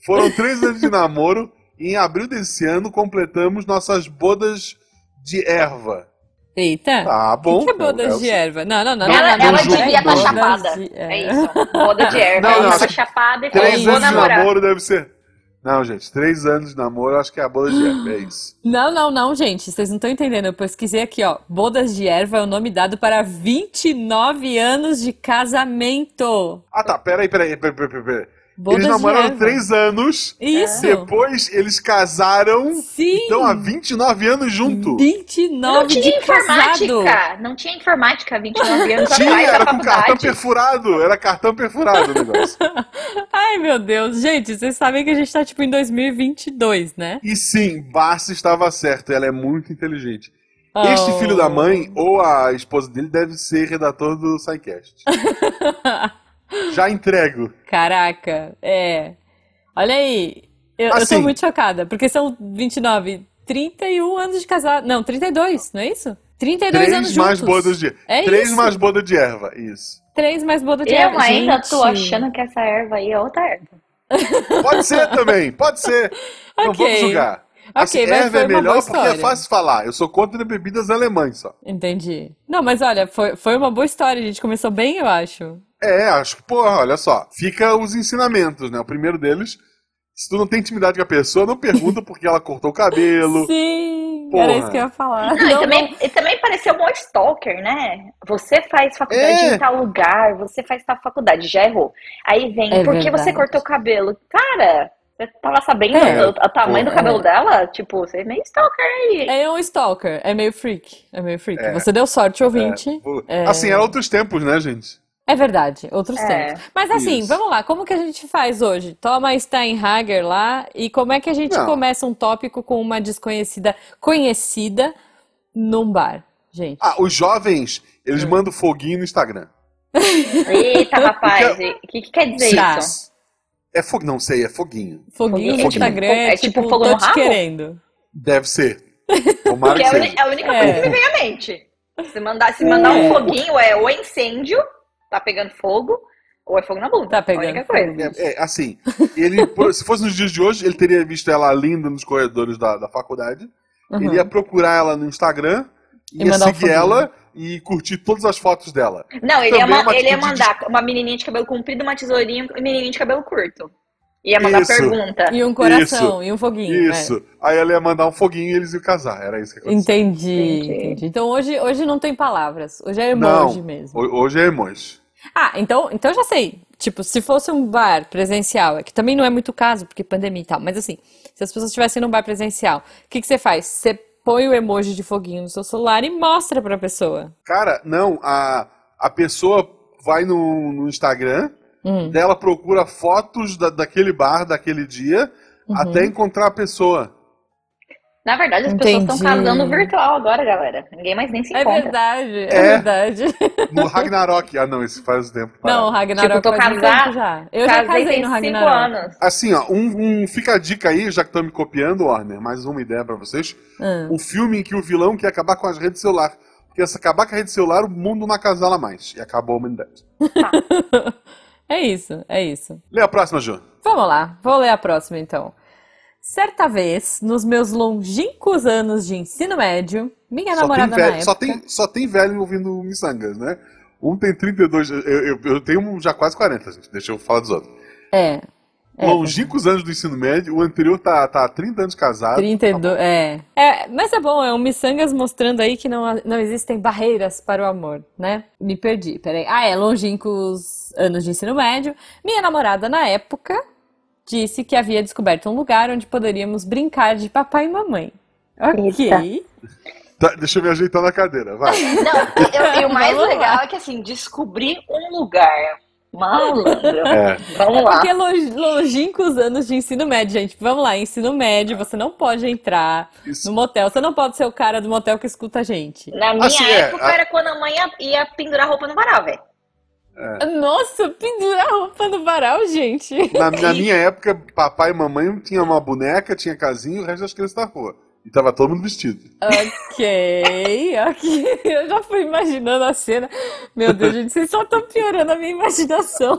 Speaker 2: Foram três anos de namoro e em abril desse ano completamos nossas bodas de erva.
Speaker 1: Eita.
Speaker 2: Tá
Speaker 1: O
Speaker 2: bom.
Speaker 1: que que é
Speaker 2: É
Speaker 1: bodas
Speaker 2: o-
Speaker 1: de erva? Não, não, não, não,
Speaker 3: Ela,
Speaker 1: não,
Speaker 3: ela
Speaker 1: não, não é
Speaker 3: devia estar
Speaker 1: bodas
Speaker 3: chapada.
Speaker 1: de
Speaker 3: É
Speaker 1: erva.
Speaker 3: isso. Boda de erva.
Speaker 2: Não,
Speaker 3: ela
Speaker 2: não,
Speaker 3: tava
Speaker 2: assim,
Speaker 3: chapada e falou:
Speaker 2: Três
Speaker 3: vou
Speaker 2: anos de
Speaker 3: namorar.
Speaker 2: namoro deve ser. Não, gente, três anos de namoro, eu acho que é a boda de erva, é isso.
Speaker 1: Não, não, não, gente, vocês não estão entendendo. Eu pesquisei aqui, ó. Bodas de erva é o nome dado para 29 anos de casamento.
Speaker 2: Ah tá, peraí, peraí, peraí, peraí, peraí. peraí.
Speaker 1: Bodas
Speaker 2: eles
Speaker 1: de
Speaker 2: namoraram
Speaker 1: erva.
Speaker 2: três anos,
Speaker 1: Isso.
Speaker 2: depois eles casaram,
Speaker 1: Sim.
Speaker 2: estão há 29 anos junto.
Speaker 1: 29
Speaker 3: Não tinha
Speaker 1: de casado.
Speaker 3: informática. Não tinha informática 29 anos
Speaker 2: Tinha,
Speaker 3: atrás da
Speaker 1: tá
Speaker 2: era com cartão
Speaker 3: faculdade.
Speaker 2: perfurado, era cartão perfurado o negócio.
Speaker 1: Ai, meu Deus, gente, vocês sabem que a gente tá tipo em 2022, né?
Speaker 2: E sim, Barça estava certo, ela é muito inteligente. Este
Speaker 1: Oh.
Speaker 2: filho da mãe, ou a esposa dele, deve ser redator do SciCast. Já entrego.
Speaker 1: Caraca, é. Olha aí, eu, eu tô
Speaker 2: Assim.
Speaker 1: muito chocada, porque são 29, 31 anos de casado. Não, 32, não é isso? 32 anos
Speaker 2: Três
Speaker 1: juntos.
Speaker 2: mais bodas de
Speaker 1: É
Speaker 2: Três
Speaker 1: isso.
Speaker 2: mais boda de erva, isso.
Speaker 1: Três mais boda de
Speaker 3: Eu
Speaker 1: erva.
Speaker 3: ainda tô
Speaker 1: Gente.
Speaker 3: achando que essa erva aí é outra erva.
Speaker 2: Pode ser também, pode ser. Não
Speaker 1: Ok.
Speaker 2: vamos julgar.
Speaker 1: Ok,
Speaker 2: Assim,
Speaker 1: mas
Speaker 2: erva
Speaker 1: foi
Speaker 2: é
Speaker 1: uma boa
Speaker 2: melhor porque é
Speaker 1: história.
Speaker 2: fácil falar. Eu sou contra bebidas alemãs só.
Speaker 1: Entendi. Não, mas olha, foi, foi uma boa história, a gente começou bem, eu acho.
Speaker 2: É, acho que, porra, olha só. Fica os ensinamentos, né? O primeiro deles, se tu não tem intimidade com a pessoa, não pergunta porque ela cortou o cabelo.
Speaker 1: Sim,
Speaker 2: Porra.
Speaker 1: era isso que eu ia falar.
Speaker 3: Não, e,
Speaker 1: Não,
Speaker 3: também, e também pareceu um stalker, né? Você faz faculdade
Speaker 2: É.
Speaker 3: em tal lugar, você faz tal faculdade, já errou. Aí vem,
Speaker 1: É
Speaker 3: por que você
Speaker 1: verdade.
Speaker 3: cortou o cabelo? Cara, você tava sabendo
Speaker 1: É.
Speaker 3: o, o tamanho do
Speaker 2: Pô,
Speaker 3: cabelo
Speaker 1: é.
Speaker 3: dela? Tipo, você é meio stalker aí.
Speaker 1: É um stalker, é meio freak, é meio freak. Você deu sorte, ouvinte. É.
Speaker 2: Assim, eram outros tempos, né, gente?
Speaker 1: É verdade, outros
Speaker 3: É,
Speaker 1: tempos. Mas assim,
Speaker 2: isso.
Speaker 1: vamos lá, como que a gente faz hoje? Toma a Steinhager lá e como é que a gente
Speaker 2: Não.
Speaker 1: começa um tópico com uma desconhecida conhecida num bar, gente?
Speaker 2: Ah, os jovens, eles
Speaker 1: É.
Speaker 2: mandam foguinho no Instagram.
Speaker 3: Eita, rapaz, o que, que quer dizer
Speaker 1: Então, Tá.
Speaker 3: isso?
Speaker 2: É fogo, não sei, é foguinho.
Speaker 1: Foguinho no
Speaker 2: Foguinho.
Speaker 1: Instagram
Speaker 3: É
Speaker 1: é
Speaker 3: tipo
Speaker 1: tipo,
Speaker 3: fogo
Speaker 1: tô
Speaker 3: no
Speaker 1: te
Speaker 3: rabo?
Speaker 1: querendo.
Speaker 2: Deve ser. Tomara
Speaker 3: Porque
Speaker 2: que
Speaker 3: é a,
Speaker 2: seja.
Speaker 3: uni- é a única
Speaker 1: É.
Speaker 3: coisa que me vem à mente. Se mandar, se mandar um foguinho é ou é incêndio, tá pegando fogo, ou é fogo na bunda.
Speaker 1: Tá
Speaker 3: É a
Speaker 1: pegando
Speaker 3: única coisa.
Speaker 1: fogo.
Speaker 2: É, é, assim, ele, por- se fosse nos dias de hoje, ele teria visto ela linda nos corredores da, da faculdade.
Speaker 1: Uhum.
Speaker 2: Ele ia procurar ela no Instagram,
Speaker 1: E
Speaker 2: ia
Speaker 1: mandar um
Speaker 2: seguir
Speaker 1: foguinho.
Speaker 2: ela e curtir todas as fotos dela.
Speaker 3: Não, ele ia,
Speaker 2: Também
Speaker 3: ma-
Speaker 2: é uma
Speaker 3: ele ia
Speaker 2: atitude de-
Speaker 3: mandar uma menininha de cabelo comprido, uma tesourinha e um menininho de cabelo curto. Ia mandar
Speaker 2: Isso.
Speaker 3: pergunta.
Speaker 1: E um coração, e um foguinho, né?
Speaker 2: Isso. Aí ela ia mandar um foguinho e eles iam casar. Era isso que aconteceu.
Speaker 1: Entendi,
Speaker 3: Entendi.
Speaker 1: entendi. Então hoje, hoje não tem palavras, hoje é
Speaker 2: Não.
Speaker 1: emoji mesmo.
Speaker 2: Ho- Hoje é emoji.
Speaker 1: Ah, então, então eu já sei. Tipo, se fosse um bar presencial, é que também não é muito caso, porque pandemia e tal, mas assim, se as pessoas estivessem num bar presencial, o que que você faz? Você põe o emoji de foguinho no seu celular e mostra pra pessoa.
Speaker 2: Cara, não, a, a pessoa vai no, no Instagram,
Speaker 1: Hum.
Speaker 2: dela procura fotos da, daquele bar, daquele dia,
Speaker 1: Uhum.
Speaker 2: até encontrar a pessoa.
Speaker 3: Na verdade, as pessoas
Speaker 1: Entendi.
Speaker 3: estão casando virtual agora, galera. Ninguém mais nem se
Speaker 1: É
Speaker 3: encontra.
Speaker 1: verdade, é
Speaker 2: É.
Speaker 1: verdade.
Speaker 2: No Ragnarok. Ah, não, isso faz tempo.
Speaker 1: Não, o
Speaker 2: parado.
Speaker 1: Ragnarok
Speaker 3: Tipo, tô
Speaker 1: faz um
Speaker 3: casar-
Speaker 1: tempo já. Eu já
Speaker 3: Casei
Speaker 1: casei
Speaker 3: tem
Speaker 1: no
Speaker 3: cinco
Speaker 1: Ragnarok.
Speaker 3: anos.
Speaker 2: Assim, ó, um, um- fica a dica aí, já que estão me copiando, Warner, mais uma ideia pra vocês.
Speaker 1: Hum.
Speaker 2: Um filme em que o vilão quer acabar com as redes celular. Porque se acabar com a rede celular, o mundo não acasala mais. E acabou a humanidade.
Speaker 1: É isso, é isso.
Speaker 2: Lê a próxima, Ju.
Speaker 1: Vamos lá, vou ler a próxima então. Certa vez, nos meus longínquos anos de ensino médio, minha
Speaker 2: Só tem,
Speaker 1: namorada na
Speaker 2: velho, só,
Speaker 1: época.
Speaker 2: tem, só tem velho ouvindo miçangas, né? Um tem 32, eu, eu, eu tenho um já quase 40, gente. Deixa eu falar dos outros.
Speaker 1: É, é,
Speaker 2: Longínquos anos do ensino médio, o anterior tá, tá há 30 anos casado.
Speaker 1: 32, é. É, mas é bom, é um miçangas mostrando aí que não, não existem barreiras para o amor, né? Me perdi, peraí. Ah, é, longínquos anos de ensino médio. Minha namorada, na época, disse que havia descoberto um lugar onde poderíamos brincar de papai e mamãe. Ok.
Speaker 2: Tá, deixa eu me ajeitar na cadeira, vai.
Speaker 3: Não, eu- e o mais
Speaker 1: Vamos lá.
Speaker 3: legal é que assim, descobrir um lugar. Malandro.
Speaker 2: É.
Speaker 3: Vamos
Speaker 1: É
Speaker 3: lá.
Speaker 1: porque longe- longínquos anos de ensino médio, gente. Vamos lá, ensino médio, você não pode entrar
Speaker 2: Isso.
Speaker 1: no motel. Você não pode ser o cara do motel que escuta a gente.
Speaker 3: Na minha
Speaker 2: Assim, é,
Speaker 3: época
Speaker 2: a-
Speaker 3: era quando a mãe ia, ia pendurar roupa no varal, velho.
Speaker 1: Nossa, pendurar roupa no varal, gente.
Speaker 2: Na, na minha época, papai e mamãe tinha uma boneca, tinha casinha e o resto das crianças na rua. E tava todo mundo vestido.
Speaker 1: Ok, ok. Eu já fui imaginando a cena. Meu Deus, gente, vocês só estão piorando a minha imaginação.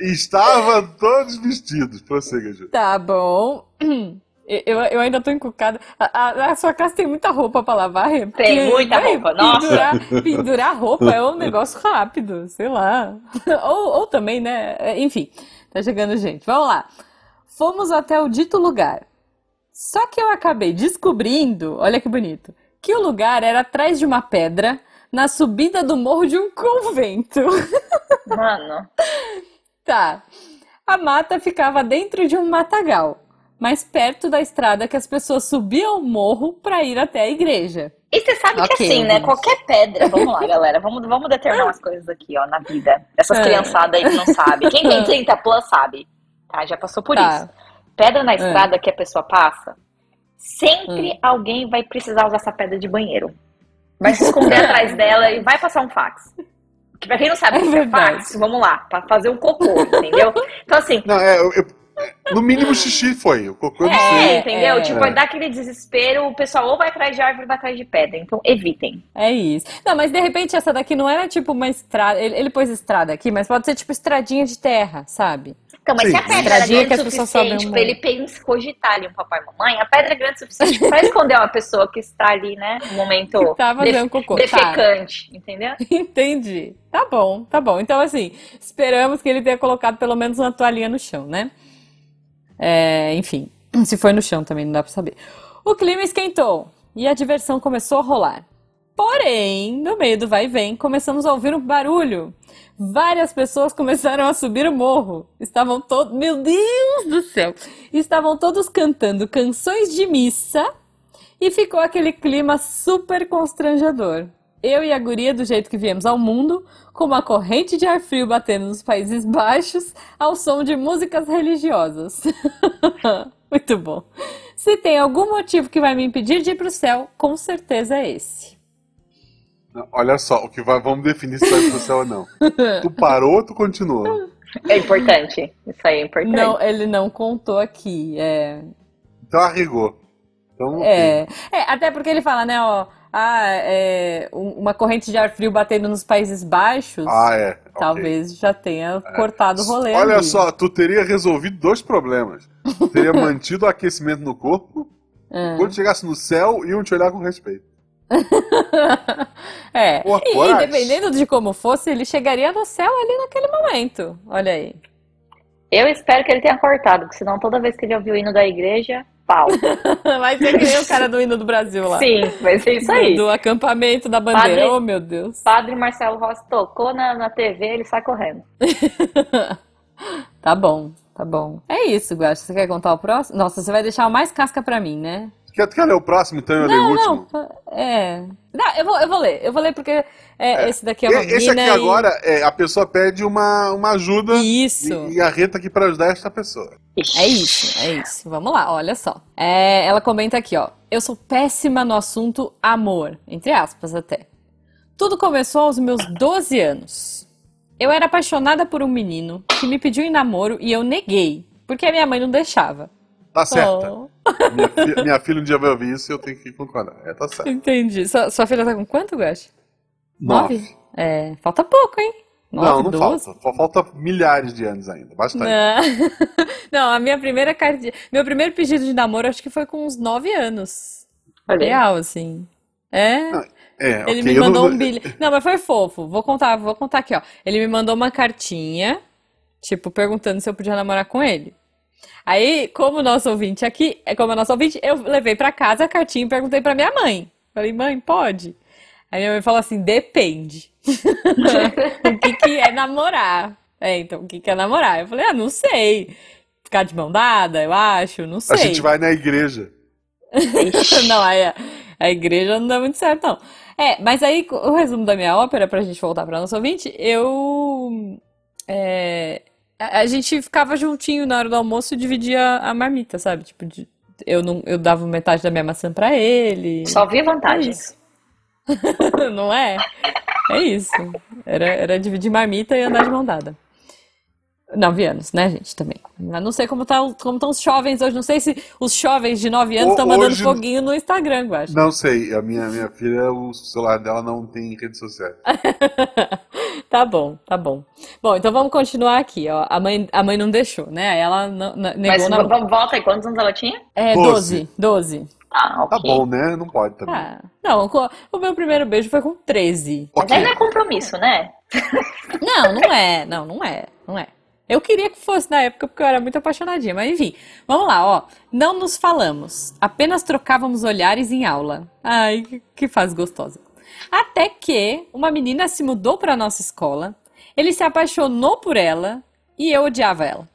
Speaker 2: E estava todos vestidos. Prossiga, Ju.
Speaker 1: Tá bom. Eu, eu ainda tô encucada. A, a- a sua casa tem muita roupa pra lavar? Rê?
Speaker 3: Tem
Speaker 1: Porque,
Speaker 3: muita
Speaker 1: véi,
Speaker 3: roupa, nossa.
Speaker 1: Pendurar, pendurar roupa é um negócio rápido, sei lá. Ou, ou também, né? é, Enfim, tá chegando gente. Vamos lá. Fomos até o dito lugar. Só que eu acabei descobrindo, olha que bonito, que o lugar era atrás de uma pedra, na subida do morro de um convento.
Speaker 3: Mano,
Speaker 1: Tá. A mata ficava dentro de um matagal, mas perto da estrada que as pessoas subiam o morro para ir até a igreja.
Speaker 3: e você sabe que
Speaker 1: Ok,
Speaker 3: assim, né?
Speaker 1: gente.
Speaker 3: Qualquer pedra. Vamos lá, galera. Vamos, vamos determinar umas coisas aqui, ó, na vida. Essas
Speaker 1: É.
Speaker 3: criançadas aí que não sabem. Quem tem 30 plus sabe. Tá? Já passou por
Speaker 1: Tá.
Speaker 3: isso. Pedra na estrada que a pessoa passa, sempre
Speaker 1: Hum.
Speaker 3: alguém vai precisar usar essa pedra de banheiro. Vai se esconder atrás dela e vai passar um fax. Que pra quem não sabe o
Speaker 1: É
Speaker 3: que é
Speaker 1: verdade.
Speaker 3: fax, vamos lá, pra fazer um cocô, entendeu? Então, assim,
Speaker 2: Não, é, eu- eu- no mínimo xixi foi. O cocô eu não sei.
Speaker 3: É, entendeu?
Speaker 1: é.
Speaker 3: Tipo, dá aquele desespero, o pessoal ou vai atrás de árvore ou vai atrás de pedra. Então, evitem.
Speaker 1: É isso. Não, mas de repente essa daqui não era tipo uma estrada. Ele, ele pôs estrada aqui, mas pode ser tipo estradinha de terra, sabe?
Speaker 3: Então, mas
Speaker 2: Sim.
Speaker 3: se a pedra era
Speaker 1: Estradinha que
Speaker 3: grande o
Speaker 1: as pessoas sobem
Speaker 3: suficiente
Speaker 1: um
Speaker 3: pra ele pensar, cogitar ali um papai e mamãe, a pedra é grande o suficiente pra esconder uma pessoa que está ali, né? No momento
Speaker 1: Tá
Speaker 3: def-
Speaker 1: fazendo cocô. Tá.
Speaker 3: defecante, entendeu?
Speaker 1: Entendi. Tá bom, tá bom. Então, assim, esperamos que ele tenha colocado pelo menos uma toalhinha no chão, né? É, enfim, se foi no chão também não dá pra saber. O clima esquentou e a diversão começou a rolar. Porém, no meio do vai e vem, começamos a ouvir um barulho. Várias pessoas começaram a subir o morro. Estavam todos. Meu Deus do céu! Estavam todos cantando canções de missa e ficou aquele clima super constrangedor. Eu e a guria, do jeito que viemos ao mundo, com uma corrente de ar frio batendo nos Países Baixos, ao som de músicas religiosas. Muito bom. Se tem algum motivo que vai me impedir de ir pro céu, com certeza é esse.
Speaker 2: Não, Olha só, o que vai, vamos definir se vai pro céu ou não. Tu parou ou tu continuou?
Speaker 3: É importante. Isso aí é importante.
Speaker 1: Não, ele não contou aqui. É,
Speaker 2: Então arrigou. Então, ok.
Speaker 1: é, é, até porque ele fala, né, ó, ah, é, um- uma corrente de ar frio batendo nos Países Baixos,
Speaker 2: Ah, é. ok. É,
Speaker 1: talvez já tenha cortado o rolê
Speaker 2: Olha
Speaker 1: ali.
Speaker 2: só, tu teria resolvido dois problemas. Tu teria mantido o aquecimento no corpo. Quando chegasse no céu, iam te olhar com respeito.
Speaker 1: É,
Speaker 2: Boa
Speaker 1: e
Speaker 2: coragem.
Speaker 1: dependendo de como fosse, ele chegaria no céu ali naquele momento. Olha aí.
Speaker 3: Eu espero que ele tenha cortado, porque senão toda vez que ele ouvir o hino da igreja, pau.
Speaker 1: Vai ser que nem o cara do hino do Brasil lá.
Speaker 3: Sim, vai ser isso aí.
Speaker 1: Do, do acampamento da bandeira.
Speaker 3: Padre-
Speaker 1: Oh, meu Deus.
Speaker 3: Padre Marcelo Rossi tocou na, na TV, ele sai correndo.
Speaker 1: Tá bom, tá bom. É isso, Guaxa. Você quer contar o próximo? Nossa, você vai deixar mais casca pra mim, né?
Speaker 2: Quer, quer ler o próximo, então eu leio o
Speaker 1: Não,
Speaker 2: último?
Speaker 1: não. É. Não, eu vou, eu vou ler. Eu vou ler porque é, esse daqui é uma
Speaker 2: E- Esse aqui
Speaker 1: mina e-
Speaker 2: agora, é, a pessoa pede uma, uma ajuda
Speaker 1: Isso.
Speaker 2: e, e a Rê tá aqui pra ajudar esta pessoa.
Speaker 1: É isso, é isso. Vamos lá, olha só. É, ela comenta aqui, ó. Eu sou péssima no assunto amor, entre aspas até. Tudo começou aos meus 12 anos. Eu era apaixonada por um menino que me pediu em namoro e eu neguei, porque a minha mãe não deixava.
Speaker 2: Tá certa.
Speaker 1: Oh,
Speaker 2: Minha, fi- minha filha um dia vai ouvir isso e eu tenho que concordar. É, tá certo.
Speaker 1: entendi. Sua, sua filha tá com quanto, Guache?
Speaker 2: Nove.
Speaker 1: É, falta pouco, hein?
Speaker 2: Não,
Speaker 1: Nove,
Speaker 2: não
Speaker 1: doze?
Speaker 2: falta. Fa- Falta milhares de anos ainda. Bastante.
Speaker 1: Não. Não, a minha primeira carta, meu primeiro pedido de namoro acho que foi com uns 9 anos.
Speaker 3: Olha,
Speaker 1: Real, assim. É.
Speaker 2: É,
Speaker 1: Ele
Speaker 2: ok,
Speaker 1: me
Speaker 2: eu não-
Speaker 1: mandou um bilhete. Não, mas foi fofo. Vou contar, vou contar aqui, ó. Ele me mandou uma cartinha, tipo, perguntando se eu podia namorar com ele. Aí, como nosso ouvinte aqui, é como nosso ouvinte, eu levei pra casa a cartinha e perguntei pra minha mãe. Falei, mãe, pode? Aí minha mãe falou assim, depende. O que que é namorar? É, então, o que que é namorar? Eu falei, ah, não sei. Ficar de mão dada, eu acho, não
Speaker 2: A
Speaker 1: sei.
Speaker 2: gente vai na igreja.
Speaker 1: Não, aí a, a igreja não dá muito certo, não. É, mas aí co- o resumo da minha ópera, pra gente voltar pra nosso ouvinte, eu é, a, a gente ficava juntinho na hora do almoço e dividia a marmita, sabe? Tipo, de- eu não, eu dava metade da minha maçã pra ele.
Speaker 3: Só vi
Speaker 1: É
Speaker 3: vantagem.
Speaker 1: isso. Não é? É isso. Era, era dividir marmita e andar de mão dada. Nove anos, né, gente, também. Mas não sei como tá, o- como estão os jovens hoje. Não sei se os jovens de nove anos
Speaker 2: Ho-
Speaker 1: estão mandando
Speaker 2: hoje-
Speaker 1: foguinho no Instagram, eu acho.
Speaker 2: Não sei, a minha, minha filha, o celular dela não tem redes sociais.
Speaker 1: Tá bom, tá bom. Bom, então vamos continuar aqui, ó. A mãe, a mãe não deixou, né? Aí Ela não- não-
Speaker 3: Mas
Speaker 1: negou na mão.
Speaker 3: v- volta aí, quantos anos ela tinha?
Speaker 1: É,
Speaker 2: Doze.
Speaker 1: 12, 12.
Speaker 3: Ah, ok.
Speaker 2: Tá bom, né? Não pode também.
Speaker 1: Ah, não, co- o meu primeiro beijo foi com 13.
Speaker 3: Mas aí não é
Speaker 2: Ok.
Speaker 3: compromisso, né?
Speaker 1: Não, não é, não, não é, não é. Eu queria que fosse na época porque eu era muito apaixonadinha, mas enfim. Vamos lá, ó. Não nos falamos, apenas trocávamos olhares em aula. Ai, que- que fase gostosa. Até que uma menina se mudou para nossa escola, ele se apaixonou por ela e eu odiava ela.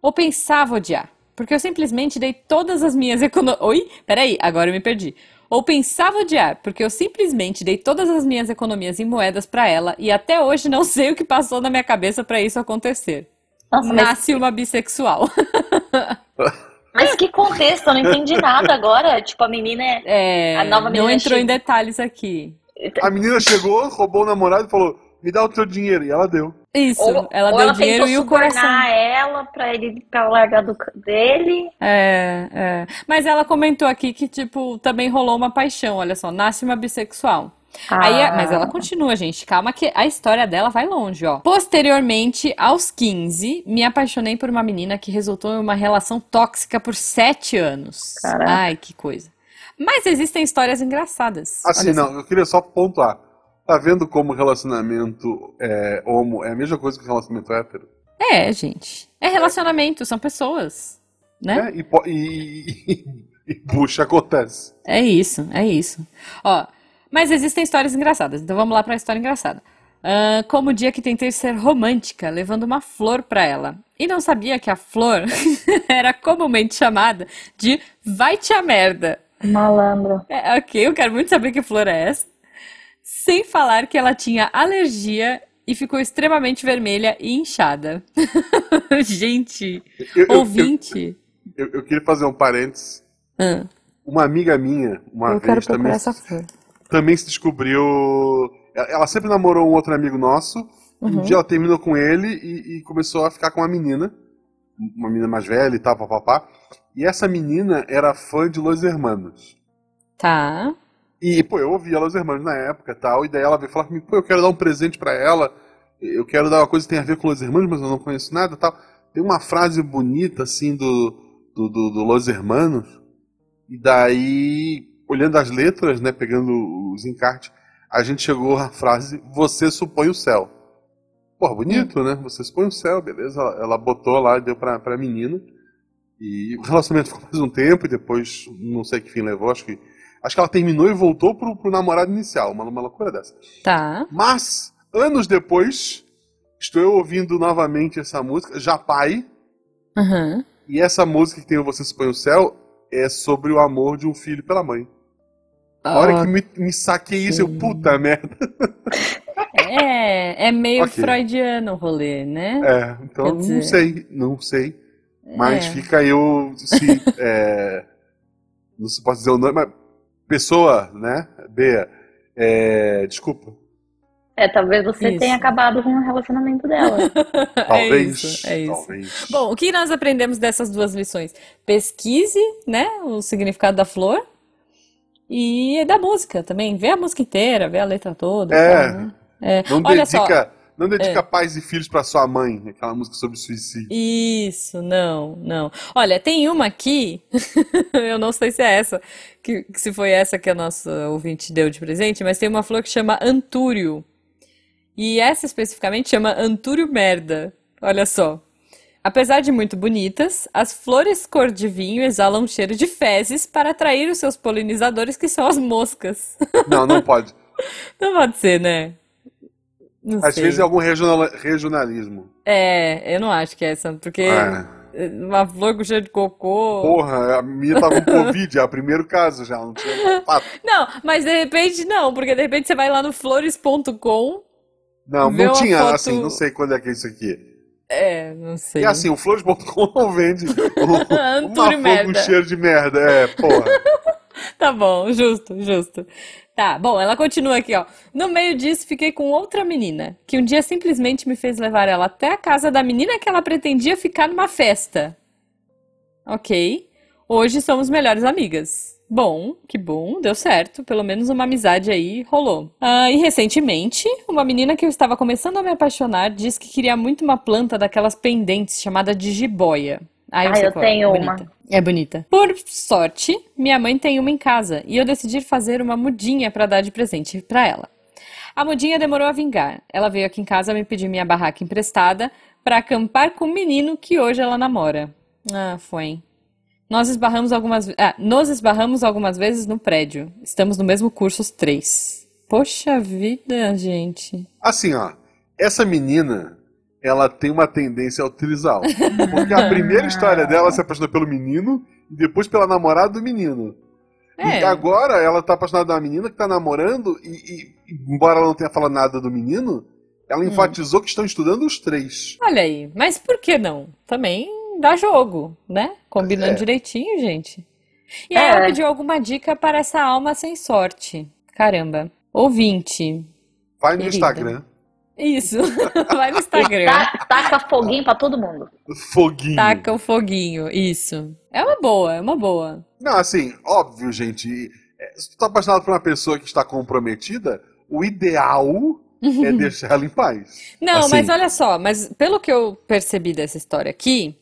Speaker 1: Ou pensava odiar, porque eu simplesmente dei todas as minhas econo... Oi? Peraí, agora eu me perdi. Ou pensava odiar, porque eu simplesmente dei todas as minhas economias em moedas pra ela e até hoje não sei o que passou na minha cabeça pra isso acontecer.
Speaker 3: Nossa, mas,
Speaker 1: Nasce uma bissexual.
Speaker 3: mas que contexto? Eu não entendi nada agora. Tipo, a menina é.
Speaker 1: É,
Speaker 3: A nova
Speaker 1: não
Speaker 3: menina
Speaker 1: entrou em
Speaker 3: chega.
Speaker 1: detalhes aqui.
Speaker 2: A menina chegou, roubou o namorado e falou: me dá o teu dinheiro. E ela deu.
Speaker 1: Isso,
Speaker 3: Ou,
Speaker 1: ela
Speaker 3: ou
Speaker 1: deu
Speaker 3: ela
Speaker 1: dinheiro
Speaker 3: tentou
Speaker 1: e o coração.
Speaker 3: subornar ela pra ele pra ela largar do, c- dele.
Speaker 1: É, é. Mas ela comentou aqui que, tipo, também rolou uma paixão, olha só, nasce uma bissexual. Aí,
Speaker 3: Ah.
Speaker 1: a- mas ela continua, gente. Calma que a história dela vai longe, ó. Posteriormente, aos 15, me apaixonei por uma menina que resultou em uma relação tóxica por 7 anos.
Speaker 3: Caraca.
Speaker 1: Ai, que coisa. Mas existem histórias engraçadas.
Speaker 2: Assim,
Speaker 1: Olha só.
Speaker 2: não, eu queria só pontuar. Tá vendo como relacionamento é, homo é a mesma coisa que relacionamento hétero?
Speaker 1: É, gente. É relacionamento, são pessoas, né?
Speaker 2: Né? E, po- e, e puxa, acontece.
Speaker 1: É isso, é isso. Ó, mas existem histórias engraçadas, então vamos lá pra história engraçada. Ahn, como o dia que tentei ser romântica, levando uma flor pra ela. E não sabia que a flor era comumente chamada de vai-te a merda.
Speaker 3: Malandro.
Speaker 1: É, ok, eu quero muito saber que flor é essa. Sem falar que ela tinha alergia e ficou extremamente vermelha e inchada. Gente,
Speaker 2: Eu, eu, eu,
Speaker 1: ouvinte.
Speaker 2: eu- eu queria fazer um parênteses.
Speaker 1: Ah,
Speaker 2: Uma amiga minha, uma
Speaker 1: eu
Speaker 2: vez,
Speaker 1: quero procurar
Speaker 2: também,
Speaker 1: essa flor.
Speaker 2: também se descobriu. Ela ela sempre namorou um outro amigo nosso. e Um
Speaker 1: Uhum.
Speaker 2: dia ela terminou com ele e, e começou a ficar com uma menina. Uma menina mais velha e tal, papapá. E essa menina era fã de Los Hermanos.
Speaker 1: Tá.
Speaker 2: E, pô, eu ouvia Los Hermanos na época e tal, e daí ela veio falar comigo, pô, eu quero dar um presente pra ela, eu quero dar uma coisa que tem a ver com Los Hermanos, mas eu não conheço nada e tal. Tem uma frase bonita, assim, do, do, do, do Los Hermanos, e daí, olhando as letras, né, pegando os encartes, a gente chegou à frase, você supõe o céu. Pô, bonito, né? Você supõe o céu, beleza. Ela, ela botou lá, deu pra, pra menina, e o relacionamento ficou mais um tempo, e depois, não sei que fim levou, acho que Acho que ela terminou e voltou pro, pro namorado inicial, uma, uma loucura dessa.
Speaker 1: Tá.
Speaker 2: Mas, anos depois, estou eu ouvindo novamente essa música, Japai,
Speaker 1: Aham.
Speaker 2: e essa música que tem o Você Supõe o Céu é sobre o amor de um filho pela mãe. A
Speaker 1: Ah,
Speaker 2: hora que me, me saquei isso, eu, puta merda.
Speaker 1: É, é meio
Speaker 2: Ok.
Speaker 1: freudiano o rolê, né?
Speaker 2: É, então
Speaker 1: Quer
Speaker 2: não
Speaker 1: dizer-
Speaker 2: sei, não sei. Mas
Speaker 1: É.
Speaker 2: fica eu se. é, não se pode dizer o nome, mas. Pessoa, né? Bea, é, desculpa.
Speaker 3: É, talvez você
Speaker 1: Isso.
Speaker 3: tenha acabado com o relacionamento dela.
Speaker 1: É
Speaker 2: Talvez.
Speaker 1: isso, é isso.
Speaker 2: Talvez.
Speaker 1: Bom, o que nós aprendemos dessas duas lições? Pesquise, né, o significado da flor e é da música também. Vê a música inteira, vê a letra toda,
Speaker 2: É.
Speaker 1: tal, né? É,
Speaker 2: Não
Speaker 1: olha só, É.
Speaker 2: dedica, não dedica pais e filhos pra sua mãe, aquela música sobre suicídio.
Speaker 1: Isso, não, não. Olha, tem uma aqui, eu não sei se é essa, que, que se foi essa que a nossa ouvinte deu de presente, mas tem uma flor que chama Antúrio. E essa especificamente chama Antúrio Merda. Olha só. Apesar de muito bonitas, as flores cor de vinho exalam um cheiro de fezes para atrair os seus polinizadores, que são as moscas.
Speaker 2: Não, não pode.
Speaker 1: Não pode ser, né? Não
Speaker 2: Às
Speaker 1: sei.
Speaker 2: vezes é algum regional- regionalismo.
Speaker 1: É, eu não acho que é essa, porque
Speaker 2: É.
Speaker 1: eh, uma flor com cheiro de cocô.
Speaker 2: Porra, a minha tava com Covid, é o primeiro caso já, não tinha fato.
Speaker 1: Não, mas de repente não, porque de repente você vai lá no flores.com
Speaker 2: Não,
Speaker 1: Ver
Speaker 2: não
Speaker 1: uma
Speaker 2: tinha,
Speaker 1: foto-
Speaker 2: assim, não sei quando é que é isso aqui.
Speaker 1: É, não sei.
Speaker 2: E assim, o Flores.com não vende um, uma
Speaker 1: Tudo
Speaker 2: flor com
Speaker 1: merda.
Speaker 2: cheiro de merda. É, porra.
Speaker 1: Tá bom, justo, justo. Tá, bom, ela continua aqui, ó. No meio disso, fiquei com outra menina, que um dia simplesmente me fez levar ela até a casa da menina que ela pretendia ficar numa festa. Ok. Hoje somos melhores amigas. Bom, que bom, deu certo. Pelo menos uma amizade aí rolou. Ah, e recentemente, uma menina que eu estava começando a me apaixonar disse que queria muito uma planta daquelas pendentes chamada de jiboia. Ah, eu
Speaker 3: Ah,
Speaker 1: sei
Speaker 3: eu
Speaker 1: qual é,
Speaker 3: tenho
Speaker 1: é
Speaker 3: uma.
Speaker 1: bonita. É bonita. Por sorte, minha mãe tem uma em casa e eu decidi fazer uma mudinha para dar de presente para ela. A mudinha demorou a vingar. Ela veio aqui em casa me pedir minha barraca emprestada para acampar com o menino que hoje ela namora. Ah, foi. Nós esbarramos algumas, ah, nos esbarramos algumas vezes no prédio. Estamos no mesmo curso os três. Poxa vida, gente.
Speaker 2: Assim, ó, essa menina, ela tem uma tendência ao trisal. Porque a primeira história dela ela se apaixonou pelo menino e depois pela namorada do menino.
Speaker 1: É.
Speaker 2: E agora ela tá apaixonada da menina que tá namorando e, e, embora ela não tenha falado nada do menino,
Speaker 1: Hum.
Speaker 2: ela enfatizou que estão estudando os três.
Speaker 1: Olha aí, mas por que não? Também dá jogo, né? Combinando
Speaker 2: É.
Speaker 1: direitinho, gente. E aí ela
Speaker 3: É.
Speaker 1: pediu alguma dica para essa alma sem sorte. Caramba. Ouvinte.
Speaker 2: Vai no
Speaker 1: Querida.
Speaker 2: Instagram.
Speaker 1: Isso. Vai no Instagram.
Speaker 3: Tá- Taca foguinho pra todo mundo.
Speaker 2: Foguinho.
Speaker 1: Taca o foguinho. Isso. É uma boa, é uma boa.
Speaker 2: Não, assim, óbvio, gente. e, é, Se tu tá apaixonado por uma pessoa que está comprometida, o ideal é deixar ela em paz.
Speaker 1: Não, mas
Speaker 2: Assim,
Speaker 1: olha só, mas pelo que eu percebi dessa história aqui,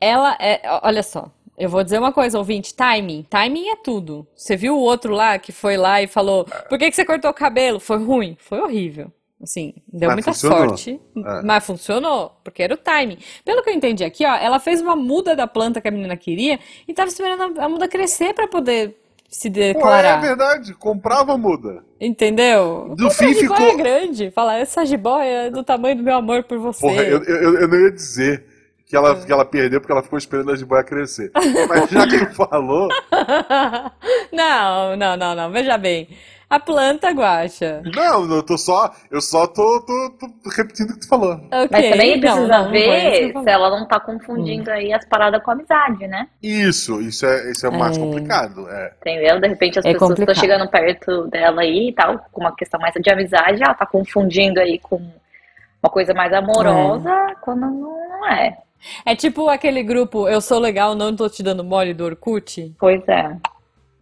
Speaker 1: ela é. ó, Olha só, eu vou dizer uma coisa, ouvinte: timing. Timing é tudo. Você viu o outro lá que foi lá e falou:
Speaker 2: Ah.
Speaker 1: Por que que você cortou o cabelo? Foi ruim, foi horrível. Assim, deu
Speaker 2: Mas
Speaker 1: muita
Speaker 2: funcionou.
Speaker 1: sorte, m-
Speaker 2: É.
Speaker 1: mas funcionou, porque era o timing. Pelo que eu entendi aqui, ó, ela fez uma muda da planta que a menina queria e tava esperando a a muda crescer pra poder se
Speaker 2: Pô, é
Speaker 1: declarar.
Speaker 2: verdade. Comprava muda.
Speaker 1: Entendeu?
Speaker 2: Do
Speaker 1: Compra
Speaker 2: fim
Speaker 1: a jiboia
Speaker 2: ficou-
Speaker 1: é grande. Fala, essa jiboia é do tamanho do meu amor por
Speaker 2: Porra,
Speaker 1: você.
Speaker 2: eu, eu, eu não ia dizer que ela, que ela perdeu porque ela ficou esperando a jiboia crescer. Mas já que tu falou,
Speaker 1: Não, não, não, não. Veja bem. A planta guaxa.
Speaker 2: não, eu tô só. Eu só tô, tô- tô repetindo o que tu falou.
Speaker 3: Mas também
Speaker 1: Ok, não,
Speaker 3: precisa
Speaker 1: então, não, Hum. não foi isso que eu
Speaker 3: ver se
Speaker 1: falei.
Speaker 3: ela não tá confundindo aí as paradas com amizade, né?
Speaker 2: Isso, isso é, isso é o mais complicado. É.
Speaker 3: Entendeu? De repente as
Speaker 1: É
Speaker 3: pessoas estão
Speaker 1: complicado.
Speaker 3: chegando perto dela aí e tal, com uma questão mais de amizade, ela tá confundindo aí com uma coisa mais amorosa, quando não é.
Speaker 1: É tipo aquele grupo Eu Sou Legal, Não Tô Te Dando Mole do Orkut.
Speaker 3: Pois é.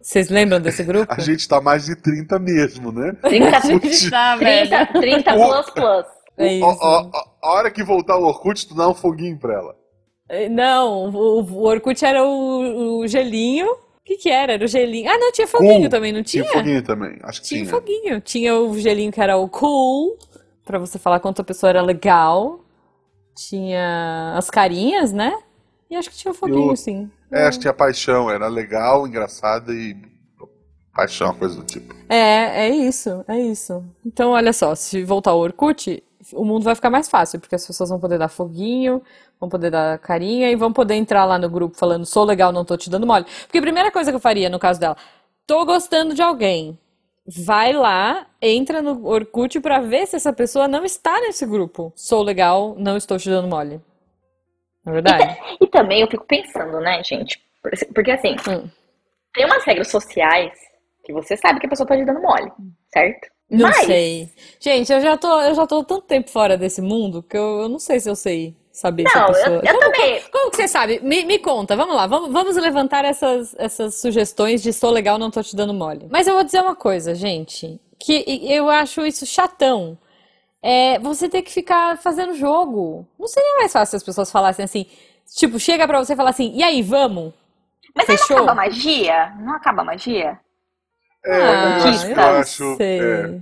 Speaker 1: Vocês lembram desse grupo?
Speaker 2: A gente tá mais de 30 mesmo, né?
Speaker 3: 30,
Speaker 1: A gente tá, velho.
Speaker 3: 30, 30 plus plus.
Speaker 1: É
Speaker 2: O- o-
Speaker 1: isso.
Speaker 2: o- o- a hora que voltar o Orkut, tu dá um foguinho pra ela.
Speaker 1: É, Não, o, o Orkut era o, o gelinho. O que que era? Era o gelinho. Ah, não, tinha foguinho
Speaker 2: Cool.
Speaker 1: também, não
Speaker 2: Tinha
Speaker 1: tinha?
Speaker 2: foguinho também, acho que
Speaker 1: Tinha um
Speaker 2: tinha.
Speaker 1: foguinho. Tinha o gelinho que era o cool, pra você falar quanto a pessoa era legal. Tinha as carinhas, né? E acho que tinha o foguinho,
Speaker 2: Eu-
Speaker 1: sim.
Speaker 2: É, acho que tinha paixão, era legal, engraçada e paixão, coisa do tipo.
Speaker 1: É, é isso, é isso. Então, olha só, se voltar ao Orkut, o mundo vai ficar mais fácil, porque as pessoas vão poder dar foguinho, vão poder dar carinha e vão poder entrar lá no grupo falando, sou legal, não tô te dando mole. Porque a primeira coisa que eu faria no caso dela, tô gostando de alguém. Vai lá, entra no Orkut pra ver se essa pessoa não está nesse grupo. Sou legal, não estou te dando mole. Não é verdade?
Speaker 3: E também eu fico pensando, né, gente? Porque assim,
Speaker 1: Hum.
Speaker 3: tem umas regras sociais que você sabe que a pessoa tá te dando mole, certo?
Speaker 1: Não
Speaker 3: Mas-
Speaker 1: sei. Gente, eu já tô, eu já tô tanto tempo fora desse mundo que eu, eu não sei se eu sei saber se a
Speaker 3: Não, eu-
Speaker 1: pessoa.
Speaker 3: eu
Speaker 1: Como,
Speaker 3: também.
Speaker 1: como- como que você sabe? Me, me conta, vamos lá, vamos, vamos levantar essas, essas sugestões de sou legal, não tô te dando mole. Mas eu vou dizer uma coisa, gente, que e- eu acho isso chatão. É você ter que ficar fazendo jogo. Não seria mais fácil se as pessoas falassem assim, tipo, chega pra você e fala assim, e aí, vamos?
Speaker 3: Mas aí não
Speaker 1: Fechou?
Speaker 3: acaba a magia? Não acaba a magia?
Speaker 2: É,
Speaker 1: Ah,
Speaker 2: eu acho que eu
Speaker 1: não
Speaker 2: acho.
Speaker 1: sei.
Speaker 2: é,
Speaker 1: O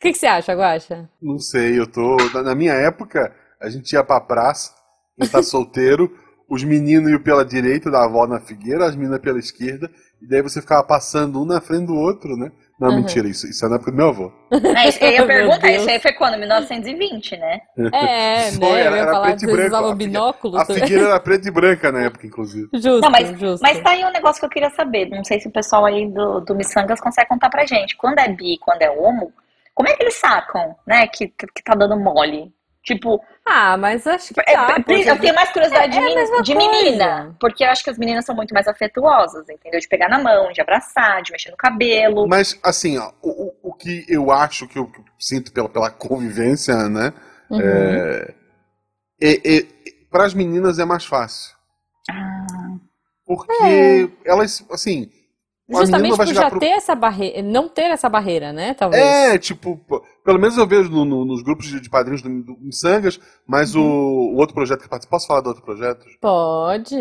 Speaker 1: que que você acha, Guaxa?
Speaker 2: não sei, eu tô. Na, na minha época, a gente ia pra praça, quem tá solteiro, os meninos iam pela direita da avó na figueira, as meninas pela esquerda, e daí você ficava passando um na frente do outro, né? Não,
Speaker 1: Uhum.
Speaker 2: mentira, isso, isso é na época do meu avô.
Speaker 3: É, isso que eu ia
Speaker 1: Meu
Speaker 3: perguntar,
Speaker 1: Deus.
Speaker 3: isso aí foi quando? 1920, né?
Speaker 1: É, né?
Speaker 2: Foi,
Speaker 1: Eu
Speaker 2: era-
Speaker 1: ia
Speaker 2: era
Speaker 1: falar
Speaker 2: preto
Speaker 1: que
Speaker 2: e
Speaker 1: vocês
Speaker 2: branco,
Speaker 1: usavam
Speaker 2: a figue-
Speaker 1: binóculos.
Speaker 2: A figueira era preta e branca na época, inclusive.
Speaker 1: Justo,
Speaker 3: Não, mas,
Speaker 1: justo.
Speaker 3: mas tá aí um negócio que eu queria saber. Não sei se o pessoal aí do, do Missangas consegue contar pra gente. Quando é bi, quando é homo, Como é que eles sacam, né? Que, que tá dando mole? Tipo,
Speaker 1: Ah, mas acho que
Speaker 3: é,
Speaker 1: dá,
Speaker 3: pri-
Speaker 1: porque-
Speaker 3: eu tenho mais curiosidade
Speaker 1: É- é
Speaker 3: de,
Speaker 1: a
Speaker 3: meni-
Speaker 1: mesma
Speaker 3: de
Speaker 1: coisa.
Speaker 3: menina. Porque eu acho que as meninas são muito mais afetuosas, entendeu? De pegar na mão, de abraçar, de mexer no cabelo.
Speaker 2: Mas, assim, ó, o, o- o que eu acho que eu, que eu sinto pela, pela convivência, né?
Speaker 1: Uhum.
Speaker 2: para as meninas é mais fácil.
Speaker 3: Ah,
Speaker 2: Porque elas, assim. a
Speaker 1: Justamente
Speaker 2: menina vai
Speaker 1: por
Speaker 2: chegar
Speaker 1: já
Speaker 2: pro.
Speaker 1: ter essa barreira, não ter essa barreira, né? Talvez.
Speaker 2: É, tipo, pô, pelo menos eu vejo no- no- nos grupos de, de padrinhos do, do Missangas, mas
Speaker 1: Uhum.
Speaker 2: o, o outro projeto que eu participo. Posso falar do outro projeto?
Speaker 1: Pode.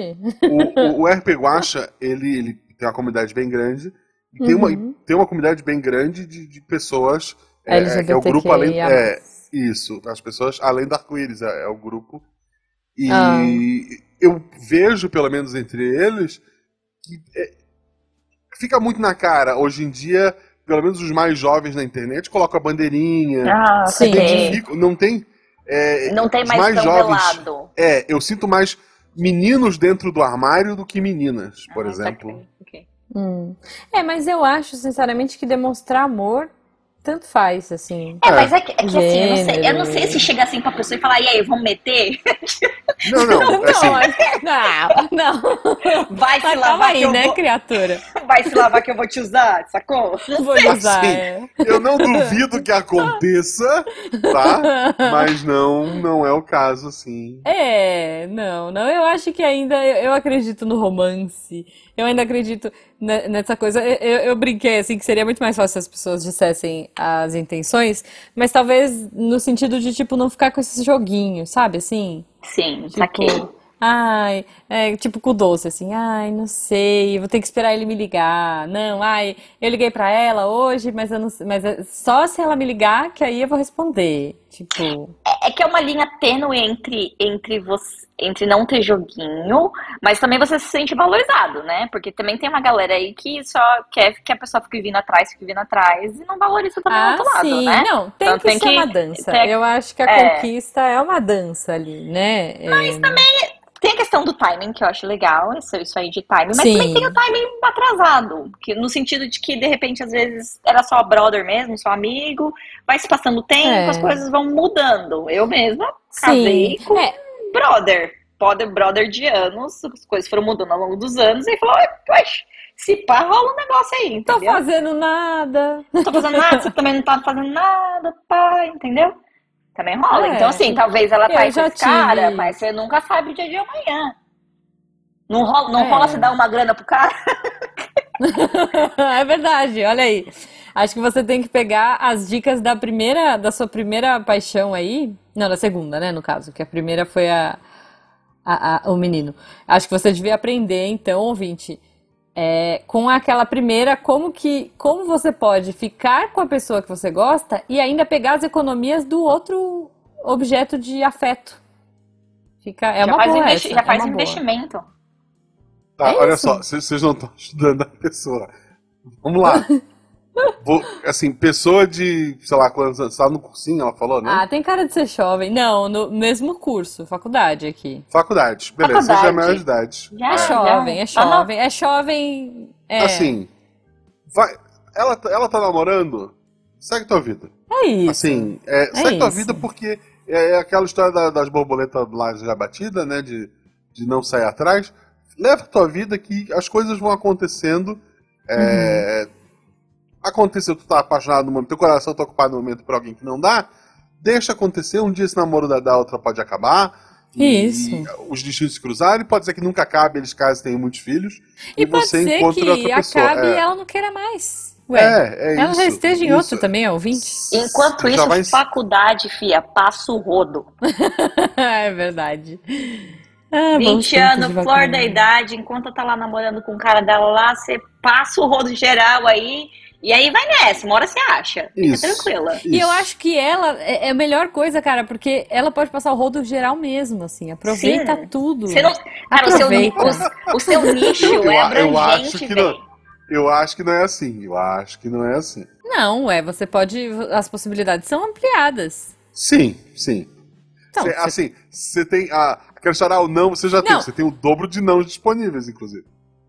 Speaker 2: O, o, o RP Guacha, ele, ele tem uma comunidade bem grande. E tem, uma,
Speaker 1: Uhum.
Speaker 2: tem uma comunidade bem grande de, de pessoas. É, é, é o grupo além.
Speaker 1: LGBTQIA+.
Speaker 2: É, isso, as pessoas além do arco-íris, é, é o grupo. E
Speaker 1: Ah.
Speaker 2: eu vejo, pelo menos entre eles, que é, fica muito na cara. Hoje em dia, pelo menos os mais jovens na internet colocam a
Speaker 1: É.
Speaker 2: bandeirinha,
Speaker 3: ah,
Speaker 1: Sim.
Speaker 3: saquei.
Speaker 2: identificam, não é, tem. é,
Speaker 3: Não tem
Speaker 2: os
Speaker 3: mais tão
Speaker 2: jovens-
Speaker 3: velado.
Speaker 2: é, eu sinto mais meninos dentro do armário do que meninas, por
Speaker 3: Ah,
Speaker 2: exemplo.
Speaker 3: saquei, ok.
Speaker 1: Hum. É, mas eu acho, sinceramente, que demonstrar amor tanto faz, assim.
Speaker 3: É,
Speaker 2: É.
Speaker 3: mas é que, é que assim, eu não sei, eu
Speaker 1: Gênero.
Speaker 3: não sei se chega assim pra pessoa e falar, e aí, vamos meter?
Speaker 2: Não, não, assim,
Speaker 1: Não, acho- não, não.
Speaker 3: Vai se
Speaker 1: Mas
Speaker 3: lavar
Speaker 1: calma aí,
Speaker 3: que eu
Speaker 1: né,
Speaker 3: vou...
Speaker 1: criatura?
Speaker 3: Vai se lavar que eu vou te usar, sacou?
Speaker 1: Não vou usar.
Speaker 2: Assim.
Speaker 1: é.
Speaker 2: eu não duvido que aconteça, tá? Mas não, não é o caso, assim.
Speaker 1: É, não, não. Eu acho que ainda eu, eu acredito no romance. Eu ainda acredito ne- nessa coisa. Eu, eu- eu brinquei assim que seria muito mais fácil se as pessoas dissessem as intenções, mas talvez no sentido de tipo não ficar com esse joguinho, sabe? Assim.
Speaker 3: Sim, saquei.
Speaker 1: Tipo, ai, é, tipo com o doce, assim, ai, não sei, vou ter que esperar ele me ligar. Não, ai, eu liguei pra ela hoje, mas eu não, sei- mas é só se ela me ligar que aí eu vou responder. Tipo,
Speaker 3: É que é uma linha tênue entre, entre você, entre não ter joguinho, mas também você se sente valorizado, né? Porque também tem uma galera aí que só quer que a pessoa fique vindo atrás, fique vindo atrás e não valoriza também o
Speaker 1: ah,
Speaker 3: outro lado,
Speaker 1: sim,
Speaker 3: né?
Speaker 1: não, tem
Speaker 3: Então
Speaker 1: que
Speaker 3: tem
Speaker 1: ser
Speaker 3: que-
Speaker 1: uma dança.
Speaker 3: tem-
Speaker 1: Eu acho que a
Speaker 3: é. tá
Speaker 1: conquista é uma dança ali, né? É,
Speaker 3: Tem a questão do timing, que eu acho legal, isso, isso aí de timing, mas também tem o
Speaker 1: sim,
Speaker 3: timing atrasado, que, no sentido de que, de repente, às vezes era só brother mesmo, só amigo, vai se passando o tempo,
Speaker 1: É.
Speaker 3: as coisas vão mudando. Eu mesma
Speaker 1: sim.
Speaker 3: casei com
Speaker 1: É,
Speaker 3: brother, brother, brother de anos, as coisas foram mudando ao longo dos anos, e falou, "Ué, ué, se pá, rola um negócio aí,
Speaker 1: tô
Speaker 3: entendeu?
Speaker 1: fazendo nada.
Speaker 3: Não tô fazendo nada, você também não tá fazendo nada, pá, entendeu? Também rola. Então,
Speaker 1: É.
Speaker 3: assim, talvez ela tá
Speaker 1: Eu
Speaker 3: aí com
Speaker 1: já
Speaker 3: esse cara,
Speaker 1: tive-
Speaker 3: mas você nunca sabe o dia de amanhã. Não rola, não
Speaker 1: É.
Speaker 3: rola se dar uma grana pro cara?
Speaker 1: É verdade, olha aí. Acho que você tem que pegar as dicas da primeira, da sua primeira paixão aí. Não, da segunda, né, no caso, que a primeira foi a, a- a- o menino. Acho que você devia aprender, então, ouvinte, é, com aquela primeira, como que, como você pode ficar com a pessoa que você gosta e ainda pegar as economias do outro objeto de afeto. Fica, é
Speaker 3: já
Speaker 1: uma
Speaker 3: faz,
Speaker 1: boa
Speaker 3: investi-
Speaker 1: essa,
Speaker 3: já
Speaker 1: é
Speaker 3: faz
Speaker 1: uma boa.
Speaker 3: investimento. né?
Speaker 2: Tá,
Speaker 1: É
Speaker 2: olha
Speaker 1: isso.
Speaker 2: só, vocês vocês não estão estudando a pessoa. Vamos lá. Vou- assim, pessoa de, sei lá, quantos anos, tá no cursinho, ela falou, né?
Speaker 1: Ah, tem cara de ser jovem. Não, no mesmo curso, faculdade aqui.
Speaker 2: Faculdade, beleza, vocês já é
Speaker 3: Faculdade.
Speaker 2: maior de idade.
Speaker 3: Já,
Speaker 1: É
Speaker 3: já.
Speaker 1: jovem, é
Speaker 3: Tá no-
Speaker 1: jovem, é jovem. É,
Speaker 2: Assim, vai, ela, tá- ela tá namorando? Segue tua vida.
Speaker 1: é isso.
Speaker 2: Assim, é, segue tua
Speaker 1: isso.
Speaker 2: vida porque é, é aquela história da- das borboletas lá já batida, né? De, de não sair atrás. Leva tua vida que as coisas vão acontecendo. É, Aconteceu, tu tá apaixonado no momento, teu coração tá ocupado no momento por alguém que não dá. Deixa acontecer, um dia esse namoro da, da outra pode acabar. e
Speaker 1: Isso.
Speaker 2: Os destinos se cruzarem, pode ser que nunca acabe, eles casem, tenham muitos filhos.
Speaker 1: E pode
Speaker 2: você
Speaker 1: ser
Speaker 2: encontra
Speaker 1: que
Speaker 2: outra pessoa.
Speaker 1: acabe
Speaker 2: é.
Speaker 1: e ela não queira mais. Ué,
Speaker 2: É, é
Speaker 1: ela já
Speaker 2: isso,
Speaker 1: esteja em
Speaker 2: isso.
Speaker 1: outro também, é ouvinte?
Speaker 3: Enquanto
Speaker 2: Já
Speaker 3: isso,
Speaker 2: vai-
Speaker 3: faculdade, fia, passa o rodo.
Speaker 1: É verdade. Ah, bons
Speaker 3: 20
Speaker 1: tempos
Speaker 3: anos,
Speaker 1: de
Speaker 3: flor da
Speaker 1: faculdade.
Speaker 3: idade, enquanto tá lá namorando com o cara dela lá, você passa o rodo geral aí, e aí vai nessa, uma hora você acha, fica
Speaker 2: Isso.
Speaker 3: tranquila.
Speaker 1: E eu
Speaker 2: Isso.
Speaker 1: acho que ela é é a melhor coisa, cara, porque ela pode passar o rodo geral mesmo, assim. Aproveita
Speaker 3: Sim.
Speaker 1: tudo.
Speaker 3: Você não, cara, o seu, ni-
Speaker 1: Hum. Aproveita.
Speaker 3: os- o seu nicho
Speaker 2: Eu- eu
Speaker 3: é
Speaker 2: a- eu acho
Speaker 3: abrangente,
Speaker 2: que
Speaker 3: velho.
Speaker 2: Eu acho que não é assim. Eu acho que não é assim.
Speaker 1: Não, é, você pode. As possibilidades são ampliadas.
Speaker 2: Sim, sim.
Speaker 1: Então,
Speaker 2: Cê-
Speaker 1: você
Speaker 2: Assim, você tem a. Aquela história, ah, o não, você já tem.
Speaker 1: Não.
Speaker 2: Você tem o dobro de não disponíveis, inclusive.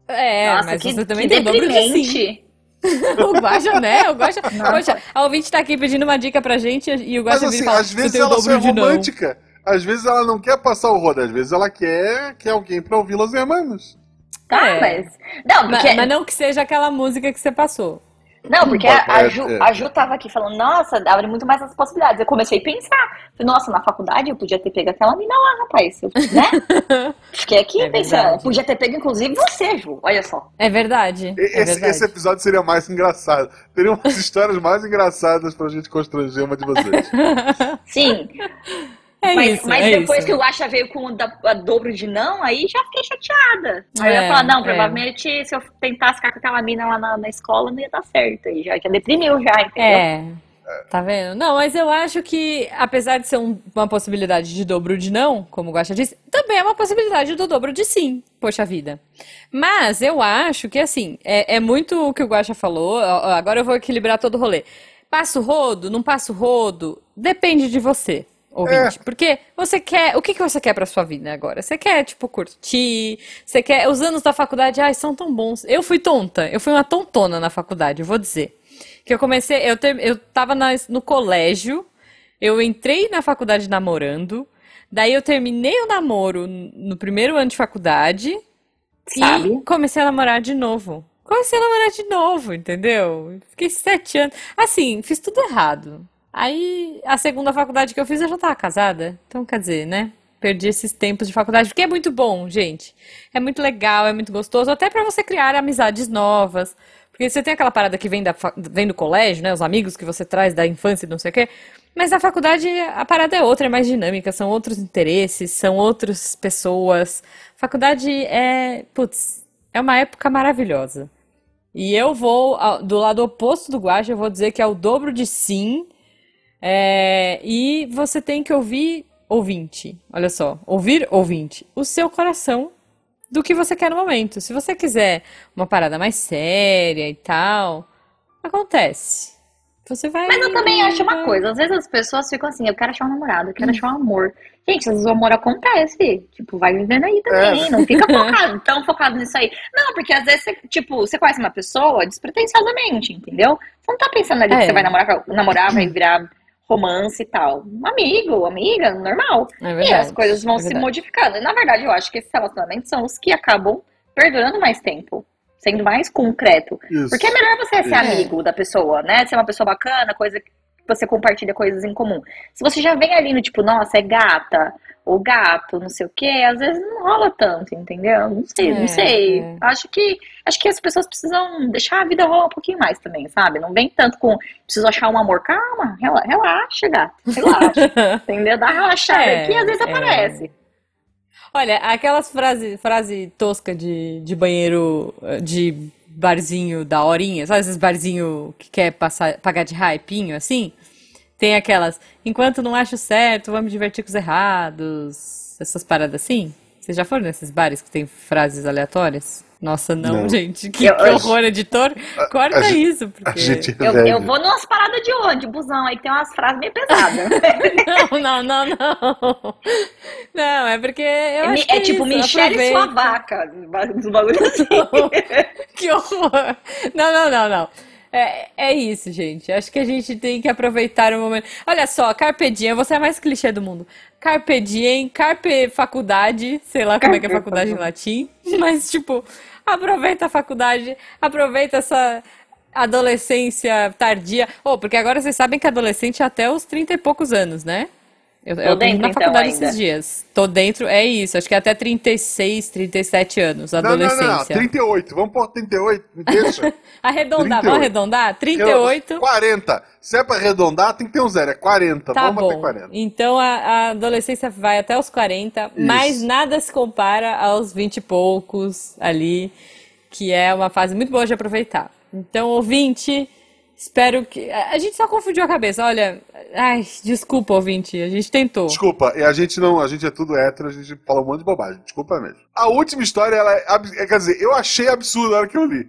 Speaker 1: É,
Speaker 3: Nossa,
Speaker 1: mas
Speaker 3: que,
Speaker 1: você também
Speaker 3: que
Speaker 1: tem assim, o dobro de sim.
Speaker 3: deprimente.
Speaker 1: O Guaxa, né? O Guaxa.
Speaker 3: Não.
Speaker 1: Poxa, a ouvinte tá aqui pedindo uma dica pra gente e o
Speaker 2: Mas
Speaker 1: Guaxa vem
Speaker 2: assim,
Speaker 1: falar
Speaker 2: às vezes
Speaker 1: tem o
Speaker 2: ela só é
Speaker 1: dobro de não.
Speaker 2: romântica. Às vezes ela não quer passar o rodo, às vezes ela quer, quer alguém pra ouvir Los Hermanos.
Speaker 3: Tá,
Speaker 1: É.
Speaker 3: mas. Não,
Speaker 1: Ma-
Speaker 3: porque,
Speaker 1: Mas, não que seja aquela música que você passou.
Speaker 3: não, porque a, a Ju,
Speaker 2: É, é.
Speaker 3: a Ju tava aqui falando, nossa, abre muito mais as possibilidades. Eu comecei a pensar. Falei, nossa, na faculdade eu podia ter pego aquela mina lá, rapaz. Eu, né? Fiquei aqui
Speaker 1: É
Speaker 3: pensando.
Speaker 1: verdade.
Speaker 3: Podia ter pego, inclusive, você, Ju. Olha só.
Speaker 1: É verdade,
Speaker 2: E-
Speaker 1: é
Speaker 2: Esse, esse
Speaker 1: verdade.
Speaker 2: episódio seria mais engraçado. Teria umas histórias mais engraçadas pra gente constranger uma de vocês.
Speaker 3: Sim.
Speaker 1: É
Speaker 3: mas
Speaker 1: isso,
Speaker 3: mas
Speaker 1: é
Speaker 3: depois
Speaker 1: isso.
Speaker 3: que o Guaxa veio com o da- a dobro de não, aí já fiquei chateada. Aí eu ia
Speaker 1: É,
Speaker 3: falar, não,
Speaker 1: é.
Speaker 3: provavelmente se eu tentasse ficar com aquela mina lá na, na escola, não ia dar certo. Aí já, já deprimiu já, entendeu?
Speaker 1: É, tá vendo? Não, mas eu acho que, apesar de ser um- uma possibilidade de dobro de não, como o Guaxa disse, também é uma possibilidade do dobro de sim, poxa vida. Mas eu acho que, assim, é, é muito o que o Guaxa falou, ó, ó, agora eu vou equilibrar todo o rolê. Passo rodo, não passo rodo, depende de você, ouvinte. Porque você quer, o que que você quer pra sua vida agora? Você quer, tipo, curtir, você quer, os anos da faculdade, ai, são tão bons. Eu fui tonta, eu fui uma tontona na faculdade, eu vou dizer. Que eu comecei, eu, ter, eu tava na- no colégio, eu entrei na faculdade namorando, daí eu terminei o namoro n- no primeiro ano de faculdade e
Speaker 3: Sabe?
Speaker 1: comecei a namorar de novo. Comecei a namorar de novo, entendeu? Fiquei sete anos. Assim, fiz tudo errado. Aí, a segunda faculdade que eu fiz, eu já tava casada. Então, quer dizer, né? Perdi esses tempos de faculdade, porque é muito bom, gente. É muito legal, é muito gostoso, até pra você criar amizades novas. Porque você tem aquela parada que vem, da, fa- vem do colégio, né? Os amigos que você traz da infância e não sei o quê. Mas na faculdade a parada é outra, é mais dinâmica, são outros interesses, são outras pessoas. Faculdade é, putz, é uma época maravilhosa. E eu vou, ao- do lado oposto do Guaxa, eu vou dizer que é o dobro de sim. É, e você tem que ouvir ouvinte. Olha só, ouvir ouvinte. O seu coração do que você quer no momento. Se você quiser uma parada mais séria e tal, acontece. Você vai.
Speaker 3: Mas eu também acho uma
Speaker 1: vai-
Speaker 3: coisa, às vezes as pessoas ficam assim, eu quero achar um namorado, eu quero achar um amor. Gente, às vezes o amor acontece, tipo, vai vivendo aí também,
Speaker 2: É.
Speaker 3: não fica focado, tão focado nisso aí. Não, porque às vezes, você, tipo, você conhece uma pessoa despretensiosamente, entendeu? Você não tá pensando ali que
Speaker 1: É.
Speaker 3: você vai namorar, namorar, vai virar romance e tal. Um amigo, amiga, normal.
Speaker 1: É
Speaker 3: E as
Speaker 1: verdade,
Speaker 3: coisas vão
Speaker 1: é
Speaker 3: se
Speaker 1: verdade.
Speaker 3: modificando. E, na verdade, eu acho que esses relacionamentos são os que acabam perdurando mais tempo, sendo mais concreto.
Speaker 2: Isso.
Speaker 3: Porque é melhor você ser
Speaker 2: É.
Speaker 3: amigo da pessoa, né? Ser uma pessoa bacana, coisa que você compartilha coisas em comum. Se você já vem ali no tipo, nossa, é gata, ou gato, não sei o quê, às vezes não rola tanto, entendeu? Não sei, não
Speaker 1: É,
Speaker 3: sei.
Speaker 1: é.
Speaker 3: Acho que acho que as pessoas precisam deixar a vida rolar um pouquinho mais também, sabe? Não vem tanto com preciso achar um amor. Calma, rela- relaxa, gato. Relaxa. entendeu? Dá uma relaxada
Speaker 1: É,
Speaker 3: aqui, às vezes
Speaker 1: é.
Speaker 3: aparece.
Speaker 1: Olha, aquelas frase, frase tosca de, de banheiro, eh, de barzinho da horinha, sabe esses barzinho que quer passar, pagar de hypinho, assim? Tem aquelas, enquanto não acho certo, vamos divertir com os errados, essas paradas assim? Vocês já foram nesses bares que tem frases aleatórias? Nossa, não,
Speaker 2: Não.
Speaker 1: gente, que,
Speaker 3: Eu-
Speaker 1: que
Speaker 3: eu-
Speaker 1: horror, editor, corta
Speaker 2: a gente-
Speaker 1: isso,
Speaker 2: A
Speaker 1: porque...
Speaker 2: gente é
Speaker 3: Eu,
Speaker 2: velho.
Speaker 3: eu vou numas paradas de ônibusão aí que tem umas frases meio pesadas.
Speaker 1: Não, não, não, não. Não, é porque eu
Speaker 3: É,
Speaker 1: acho
Speaker 3: mi-
Speaker 1: que
Speaker 3: é tipo,
Speaker 1: isso,
Speaker 3: Michelle e sua
Speaker 1: aproveita.
Speaker 3: vaca. Os bagulhos assim.
Speaker 1: Que horror! Não, não, não, não. É, é isso, gente. Acho que a gente tem que aproveitar o momento. Olha só, Carpe Diem, você é a mais clichê do mundo. Carpe Diem, Carpe Faculdade, sei lá como é que é
Speaker 3: Carpe
Speaker 1: faculdade em latim, mas tipo, aproveita a faculdade, aproveita essa adolescência tardia. Oh, porque agora vocês sabem que adolescente é até os 30 e poucos anos, né? Eu, eu aprendi
Speaker 3: dentro,
Speaker 1: na
Speaker 3: então,
Speaker 1: faculdade
Speaker 3: ainda.
Speaker 1: esses dias. Tô dentro, é isso. Acho que é até 36, 37 anos,
Speaker 2: Não, não, não, não.
Speaker 1: adolescência.
Speaker 2: 38. Vamos pôr 38? Me deixa.
Speaker 1: Arredondar,
Speaker 2: 38.
Speaker 1: vamos arredondar? 38,
Speaker 2: 40. Se é pra arredondar, tem que ter um zero. É 40.
Speaker 1: tá
Speaker 2: Vamos até
Speaker 1: bom.
Speaker 2: 40.
Speaker 1: Então a, a adolescência vai até os 40, mas
Speaker 2: Isso.
Speaker 1: nada se compara aos 20 e poucos ali, que é uma fase muito boa de aproveitar. Então, ouvinte, espero que. A a gente só confundiu a cabeça, olha. Ai, desculpa, ouvinte, a gente tentou.
Speaker 2: Desculpa, e a gente não, a gente é tudo hétero, a gente fala um monte de bobagem. Desculpa mesmo. A última história, ela é, abs- é, quer dizer, eu achei absurda a hora que eu li.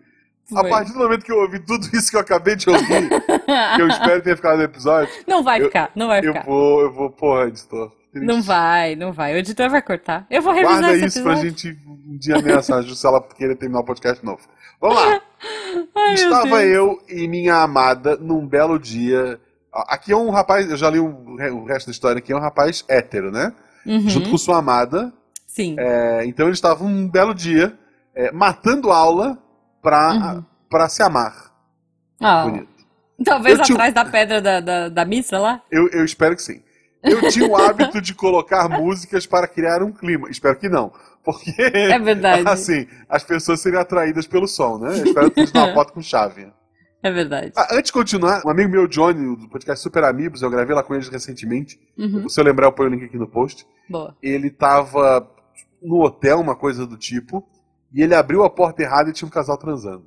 Speaker 2: A
Speaker 1: Foi.
Speaker 2: partir do momento que eu ouvi tudo isso que eu acabei de ouvir, que eu espero ter ficado no episódio,
Speaker 1: Não vai
Speaker 2: Eu-
Speaker 1: ficar, não vai
Speaker 2: eu
Speaker 1: ficar.
Speaker 2: vou, eu vou, porra, editor. triste.
Speaker 1: Não vai, não vai. O editor vai cortar. Eu vou revisar
Speaker 2: Guarda
Speaker 1: esse
Speaker 2: isso pra
Speaker 1: episódio.
Speaker 2: gente um dia ameaçar a Ju se ela querer terminar o podcast novo. Vamos lá.
Speaker 1: Ai, meu
Speaker 2: Estava
Speaker 1: Deus.
Speaker 2: eu e minha amada num belo dia. A- Aqui é um rapaz, eu já li o re- o resto da história aqui, é um rapaz hétero, né?
Speaker 1: Uhum,
Speaker 2: Junto com sua amada.
Speaker 1: Sim.
Speaker 2: É, então eles estavam um belo dia é, matando aula pra,
Speaker 1: Uhum.
Speaker 2: pra se amar.
Speaker 1: Ah,
Speaker 2: Bonito.
Speaker 1: talvez
Speaker 2: Eu tinha- um-
Speaker 1: atrás da pedra da, da, da missa lá.
Speaker 2: Eu, eu espero que sim. Eu tinha o hábito de colocar músicas para criar um clima. Espero que não. Porque,
Speaker 1: É verdade,
Speaker 2: assim, as pessoas seriam atraídas pelo som, né? Eu espero que eles dão uma foto com chave.
Speaker 1: é verdade.
Speaker 2: Ah, antes de continuar, um amigo meu, Johnny, do podcast Super Amigos, eu gravei lá com eles recentemente.
Speaker 1: Uhum,
Speaker 2: Se eu lembrar, eu ponho o link aqui no post.
Speaker 1: boa.
Speaker 2: Ele tava no hotel, uma coisa do tipo, e ele abriu a porta errada e tinha um casal transando.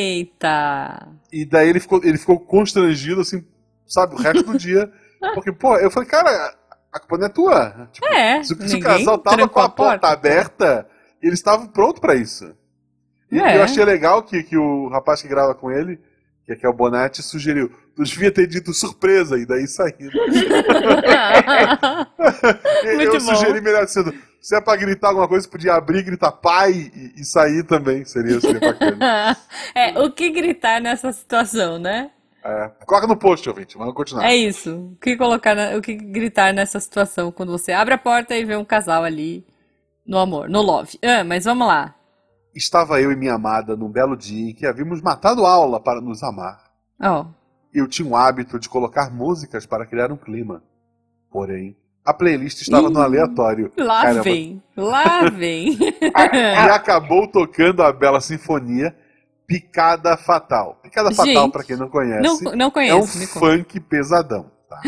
Speaker 1: Eita!
Speaker 2: E daí ele ficou, ele ficou constrangido, assim, sabe, o resto do dia. Porque, pô, eu falei, cara, a culpa não é tua. Tipo,
Speaker 1: É,
Speaker 2: se, se o
Speaker 1: ninguém
Speaker 2: casal tava com
Speaker 1: trancou
Speaker 2: a porta aberta, eles estavam prontos pra isso. E
Speaker 1: É.
Speaker 2: eu achei legal que, que o rapaz que grava com ele, que é, que é o Bonatti, sugeriu. Tu devia ter dito surpresa e daí né? saindo. eu
Speaker 1: Muito bom.
Speaker 2: sugeri melhor sendo. Se é pra gritar alguma coisa, podia abrir, e gritar pai e, e sair também. Seria, seria bacana.
Speaker 1: É, o que gritar nessa situação, né?
Speaker 2: É, coloca no post, ouvinte. Vamos continuar.
Speaker 1: É isso. O que colocar, na- o que gritar nessa situação quando você abre a porta e vê um casal ali no amor, no love. Ah, mas vamos lá.
Speaker 2: Estava eu e minha amada num belo dia em que havíamos matado aula para nos amar.
Speaker 1: Ó,
Speaker 2: Eu tinha o hábito de colocar músicas para criar um clima. Porém, a playlist estava no
Speaker 1: Ih.
Speaker 2: aleatório
Speaker 1: lá
Speaker 2: Caramba. É
Speaker 1: vem, lá vem.
Speaker 2: e
Speaker 3: Ah,
Speaker 2: acabou tocando a bela sinfonia Picada Fatal. Picada Fatal,
Speaker 1: Gente,
Speaker 2: para quem não conhece,
Speaker 1: Não, não
Speaker 2: é um
Speaker 1: conheço, me conta.
Speaker 2: funk pesadão. tá?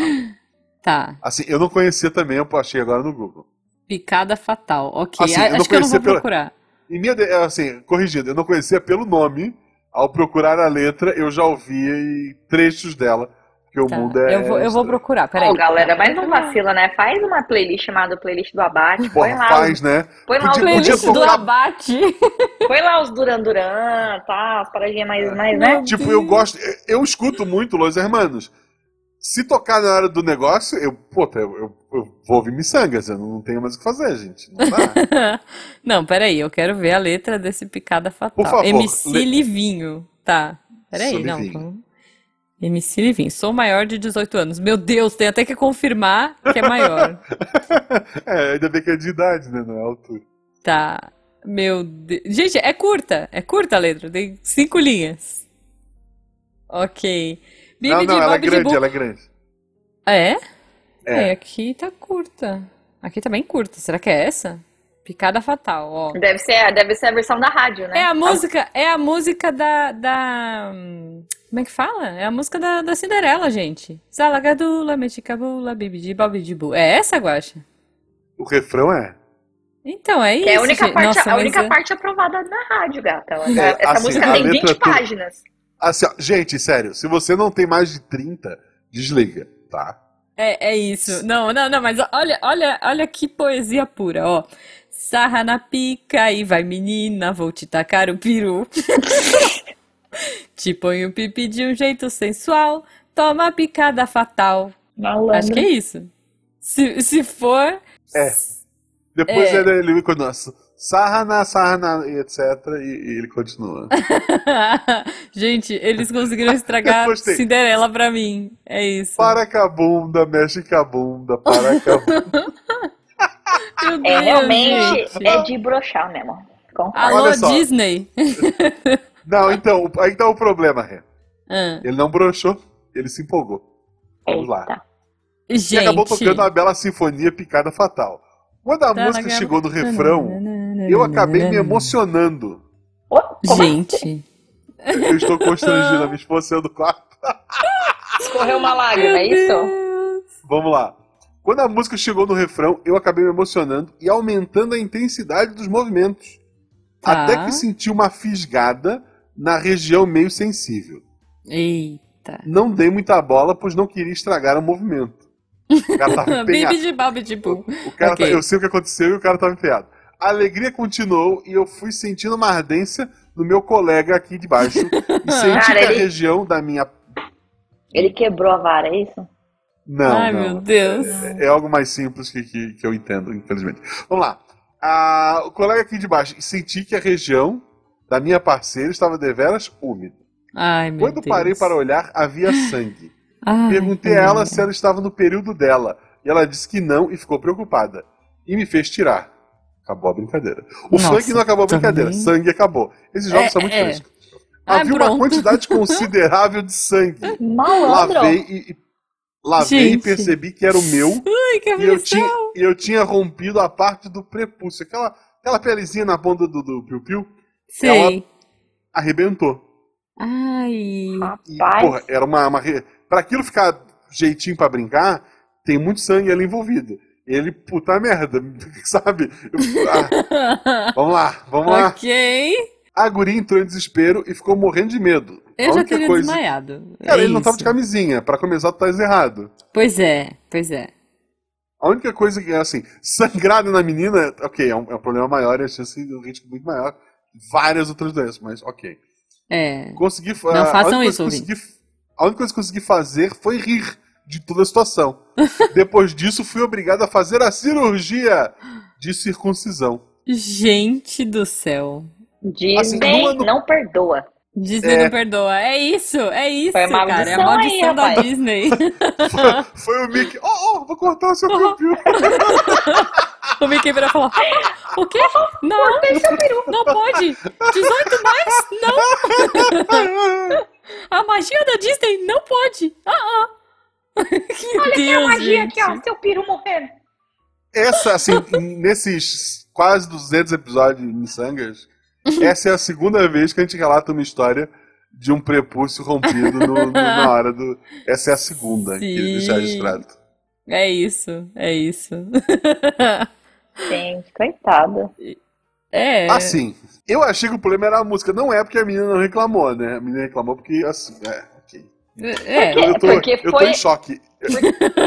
Speaker 1: Tá,
Speaker 2: Assim, eu não conhecia também, eu achei agora no Google.
Speaker 1: picada fatal. Ok,
Speaker 2: Assim,
Speaker 1: a-
Speaker 2: eu não
Speaker 1: acho que eu não
Speaker 2: conhecia
Speaker 1: vou
Speaker 2: pela-
Speaker 1: procurar.
Speaker 2: E minha, de- assim, corrigindo, eu não conhecia pelo nome. Ao procurar a letra, eu já ouvia e trechos dela, porque o
Speaker 1: Tá,
Speaker 2: mundo é.
Speaker 1: eu vou, eu vou
Speaker 2: estranho.
Speaker 1: procurar,
Speaker 3: Ô,
Speaker 1: peraí.
Speaker 3: galera, mas não vacila, né? Faz uma playlist chamada Playlist do Abate. Põe
Speaker 2: Porra,
Speaker 3: lá,
Speaker 2: faz, né?
Speaker 3: os, põe lá os,
Speaker 2: Podia-
Speaker 1: Playlist
Speaker 2: podia
Speaker 1: do
Speaker 2: tocar-
Speaker 1: abate.
Speaker 3: põe lá os Duran Duran, tá? As paradinhas mais, mais né?
Speaker 1: Meu
Speaker 2: Tipo, eu
Speaker 1: Deus.
Speaker 2: gosto. Eu escuto muito Los Hermanos. Se tocar na hora do negócio, eu, puta, eu, eu, eu vou ouvir miçangas, eu não tenho mais o que fazer, gente. Não dá.
Speaker 1: Não, peraí, eu quero ver a letra desse Picada Fatal.
Speaker 2: Por favor,
Speaker 1: MC
Speaker 2: le-
Speaker 1: Livinho. Tá, peraí,
Speaker 2: Sou
Speaker 1: não.
Speaker 2: Livinho.
Speaker 1: calma. MC Livinho, sou maior de 18 anos. Meu Deus, tem até que confirmar que é maior.
Speaker 2: é, ainda bem que é de idade, né? Não é altura.
Speaker 1: Tá, meu Deus. Gente, é curta, é curta a letra, tem cinco linhas. Ok.
Speaker 2: Não,
Speaker 1: Bibi
Speaker 2: não,
Speaker 1: de
Speaker 2: ela é
Speaker 1: Bob de
Speaker 2: grande,
Speaker 1: Bu.
Speaker 2: ela é grande.
Speaker 1: Ah, É?
Speaker 2: É.
Speaker 1: É, aqui tá curta. Aqui tá bem curta. Será que é essa? Picada Fatal, ó.
Speaker 3: Deve ser, deve ser a versão da rádio, né?
Speaker 1: É a música, é a música da, da. hum, Como é que fala? É a música da, da Cinderela, gente. Zalagadula, meticabula, bibidi, babidibu. É essa, Guaxa?
Speaker 2: O refrão é.
Speaker 1: Então, é
Speaker 3: Que é a
Speaker 1: isso,
Speaker 3: única,
Speaker 1: gente.
Speaker 3: parte,
Speaker 1: Nossa,
Speaker 3: a
Speaker 1: mas
Speaker 3: única
Speaker 1: é-
Speaker 3: parte aprovada na rádio, gata. Essa,
Speaker 2: É,
Speaker 3: essa
Speaker 2: assim,
Speaker 3: música
Speaker 2: a
Speaker 3: tem
Speaker 2: letra
Speaker 3: 20
Speaker 2: é tudo-
Speaker 3: páginas.
Speaker 2: Assim, ó, gente, sério, se você não tem mais de 30, desliga, tá?
Speaker 1: É, é isso. Não, não, não, mas olha, olha, olha que poesia pura, ó. Sarra na pica e vai, menina, vou te tacar o peru. Te ponho o pipi de um jeito sensual, toma a picada fatal. Acho que
Speaker 3: Malandro.
Speaker 1: é isso. Se, se for.
Speaker 2: É. Depois
Speaker 1: É.
Speaker 2: ele, ele continua. Sarra na, sarra na, e etc. E, e ele continua.
Speaker 1: Gente, eles conseguiram estragar
Speaker 2: Eu gostei.
Speaker 1: Cinderela pra mim. É isso.
Speaker 2: Para com a bunda, mexe com a bunda, para com a bunda.
Speaker 1: Meu
Speaker 3: É
Speaker 1: Deus,
Speaker 3: realmente
Speaker 1: gente.
Speaker 3: é de broxar mesmo. Concordo.
Speaker 1: Alô,
Speaker 2: Olha só.
Speaker 1: Disney.
Speaker 2: Não, então, o- aí tá o problema, Ré.
Speaker 1: Ah,
Speaker 2: Ele não broxou, ele se empolgou. Vamos lá.
Speaker 3: Eita.
Speaker 2: E acabou
Speaker 1: gente.
Speaker 2: tocando a bela sinfonia Picada Fatal. Quando a música chegou no refrão, eu acabei me emocionando.
Speaker 3: Ô, como assim?
Speaker 1: Gente.
Speaker 2: Eu estou constrangido, a minha esposa saiu do quarto.
Speaker 3: Escorreu uma lágrima, é isso?
Speaker 2: Vamos lá. Quando a música chegou no refrão, eu acabei me emocionando e aumentando a intensidade dos movimentos.
Speaker 1: Tá.
Speaker 2: Até que senti uma fisgada na região meio sensível.
Speaker 1: Eita.
Speaker 2: Não dei muita bola, pois não queria estragar o movimento. O cara tava empenhado.
Speaker 1: Bibi de tipo. balbi de bu.
Speaker 2: O cara
Speaker 1: Ok.
Speaker 2: tá- eu sei o que aconteceu e o cara tava empenhado. A alegria continuou e eu fui sentindo uma ardência no meu colega aqui de baixo. E senti
Speaker 3: Cara,
Speaker 2: que a
Speaker 3: ele-
Speaker 2: região da minha.
Speaker 3: Ele quebrou a vara, é isso?
Speaker 2: Não,
Speaker 1: Ai,
Speaker 2: não.
Speaker 1: meu Deus.
Speaker 2: É algo mais simples que, que, que eu entendo, infelizmente. Vamos lá. Ah, o colega aqui de baixo, senti que a região da minha parceira estava deveras úmida.
Speaker 1: Ai, meu
Speaker 2: Quando parei
Speaker 1: Deus.
Speaker 2: para olhar, havia sangue.
Speaker 1: Ai,
Speaker 2: Perguntei a ela se ela estava no período dela. E ela disse que não e ficou preocupada. E me fez tirar. Acabou a brincadeira. O
Speaker 1: Nossa,
Speaker 2: sangue não acabou a brincadeira,
Speaker 1: também.
Speaker 2: sangue acabou. Esses jogos
Speaker 1: É,
Speaker 2: são muito
Speaker 1: é.
Speaker 2: frescos.
Speaker 1: Ah,
Speaker 2: Havia uma
Speaker 1: pronto.
Speaker 2: quantidade considerável de sangue.
Speaker 3: Malandro.
Speaker 2: Lavei e, e- lavei e
Speaker 1: Gente.
Speaker 2: percebi que era o meu.
Speaker 1: Ai, que
Speaker 2: E eu,
Speaker 1: aflição.
Speaker 2: tinha, e eu tinha rompido a parte do prepúcio. Aquela, aquela pelezinha na ponta do, do piu-piu
Speaker 1: Sei.
Speaker 2: arrebentou.
Speaker 1: Ai.
Speaker 2: E,
Speaker 3: Rapaz.
Speaker 2: porra, era uma. uma re- Pra aquilo ficar jeitinho pra brincar, tem muito sangue ali envolvido. Ele, puta merda, sabe? Eu- ah, vamos lá, vamos lá.
Speaker 1: Ok.
Speaker 2: A guria entrou em desespero e ficou morrendo de medo.
Speaker 1: Eu
Speaker 2: a
Speaker 1: já
Speaker 2: única
Speaker 1: teria
Speaker 2: coisa.
Speaker 1: desmaiado.
Speaker 2: Cara,
Speaker 1: É
Speaker 2: ele não tava de
Speaker 1: isso.
Speaker 2: camisinha. Pra começar, tu tá errado.
Speaker 1: Pois é, pois é.
Speaker 2: A única coisa que é assim, sangrado na menina, ok, é um, é um problema maior, é assim, um risco muito maior. Várias outras doenças, mas ok.
Speaker 1: É.
Speaker 2: Consegui. Não
Speaker 1: façam
Speaker 2: a única coisa
Speaker 1: isso,
Speaker 2: que consegui- A única coisa que consegui fazer foi rir de toda a situação. Depois disso, fui obrigado a fazer a cirurgia de circuncisão.
Speaker 1: Gente do céu.
Speaker 3: Dizem,
Speaker 2: Assim, numa no-
Speaker 3: não perdoa.
Speaker 1: Disney não perdoa. É isso, é isso,
Speaker 3: Foi a
Speaker 1: cara. É a
Speaker 3: maldição aí,
Speaker 1: maldição da
Speaker 3: rapaz.
Speaker 1: Disney.
Speaker 2: Foi, foi o Mickey. Oh, oh, vou cortar o seu
Speaker 1: Uhum.
Speaker 2: piu-piu.
Speaker 1: O Mickey virou e falou: O quê? Não, não pode. 18 mais? Não. A magia da Disney não pode. Ah, ah. Que
Speaker 3: Tem
Speaker 1: Deus,
Speaker 3: uma magia
Speaker 1: gente.
Speaker 3: aqui, ó. Seu peru morrendo.
Speaker 2: Essa, assim, nesses quase 200 episódios de Missangas,
Speaker 1: Uhum.
Speaker 2: essa é a segunda vez que a gente relata uma história de um prepúcio rompido no- no- na hora do. Essa é a segunda que
Speaker 1: Sim.
Speaker 2: deixar registrado.
Speaker 1: É isso, é isso.
Speaker 3: Gente, coitada.
Speaker 1: É.
Speaker 2: Assim, eu achei que o problema era a música. Não é porque a menina não reclamou, né? A menina reclamou porque, assim, é, ok.
Speaker 1: É.
Speaker 2: Eu, eu tô,
Speaker 3: porque
Speaker 2: eu tô
Speaker 3: foi-
Speaker 2: em choque.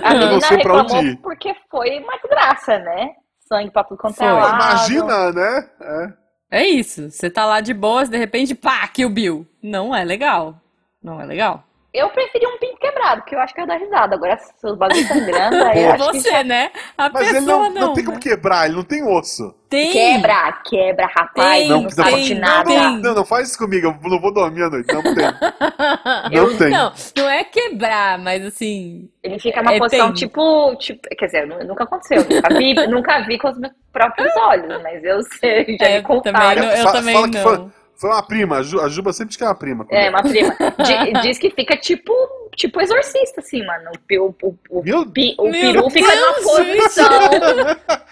Speaker 3: A
Speaker 2: Eu não
Speaker 3: menina
Speaker 2: sei Ah, pra onde
Speaker 3: reclamou
Speaker 2: ir.
Speaker 3: porque foi uma graça, né? Sangue pra tudo quanto é
Speaker 1: Foi.
Speaker 3: lado.
Speaker 2: Imagina, né? É.
Speaker 1: É isso. Você tá lá de boas, de repente, pá, Kill Bill. Não é legal. Não é legal.
Speaker 3: Eu preferi um pinto quebrado, porque eu acho que eu ia dar risada. Agora, se os bagulhos sangrando, aí eu acho que
Speaker 1: Você, né? A
Speaker 2: Mas
Speaker 1: pessoa
Speaker 2: ele não, não
Speaker 1: não,
Speaker 2: tem
Speaker 1: né?
Speaker 2: como quebrar, ele não tem osso.
Speaker 1: Tem.
Speaker 3: quebra, quebra, rapaz.
Speaker 1: Tem,
Speaker 3: não
Speaker 2: não,
Speaker 3: sabe
Speaker 1: tem,
Speaker 3: de
Speaker 1: não
Speaker 3: nada.
Speaker 1: tem.
Speaker 2: Não, não faz isso comigo, eu não vou dormir à noite. Não tem.
Speaker 1: Eu-
Speaker 2: tem.
Speaker 1: Não, não é quebrar, mas assim.
Speaker 3: Ele fica numa
Speaker 1: É,
Speaker 3: posição
Speaker 1: tem.
Speaker 3: tipo, tipo. Quer dizer, nu- nunca aconteceu. Nunca vi, nunca vi com os meus próprios olhos, mas eu sei, já
Speaker 1: É,
Speaker 3: me contaram.
Speaker 1: também não- eu
Speaker 2: Fa-
Speaker 1: também
Speaker 2: fala que
Speaker 1: não.
Speaker 2: Foi uma prima, a Ju- a Juba sempre diz que é uma prima.
Speaker 3: É, uma prima. Di- diz que fica tipo, tipo exorcista, assim, mano. O, pi- o, o, o,
Speaker 2: Meu
Speaker 3: pi- o
Speaker 1: Meu
Speaker 3: peru fica numa
Speaker 1: Deus,
Speaker 3: posição.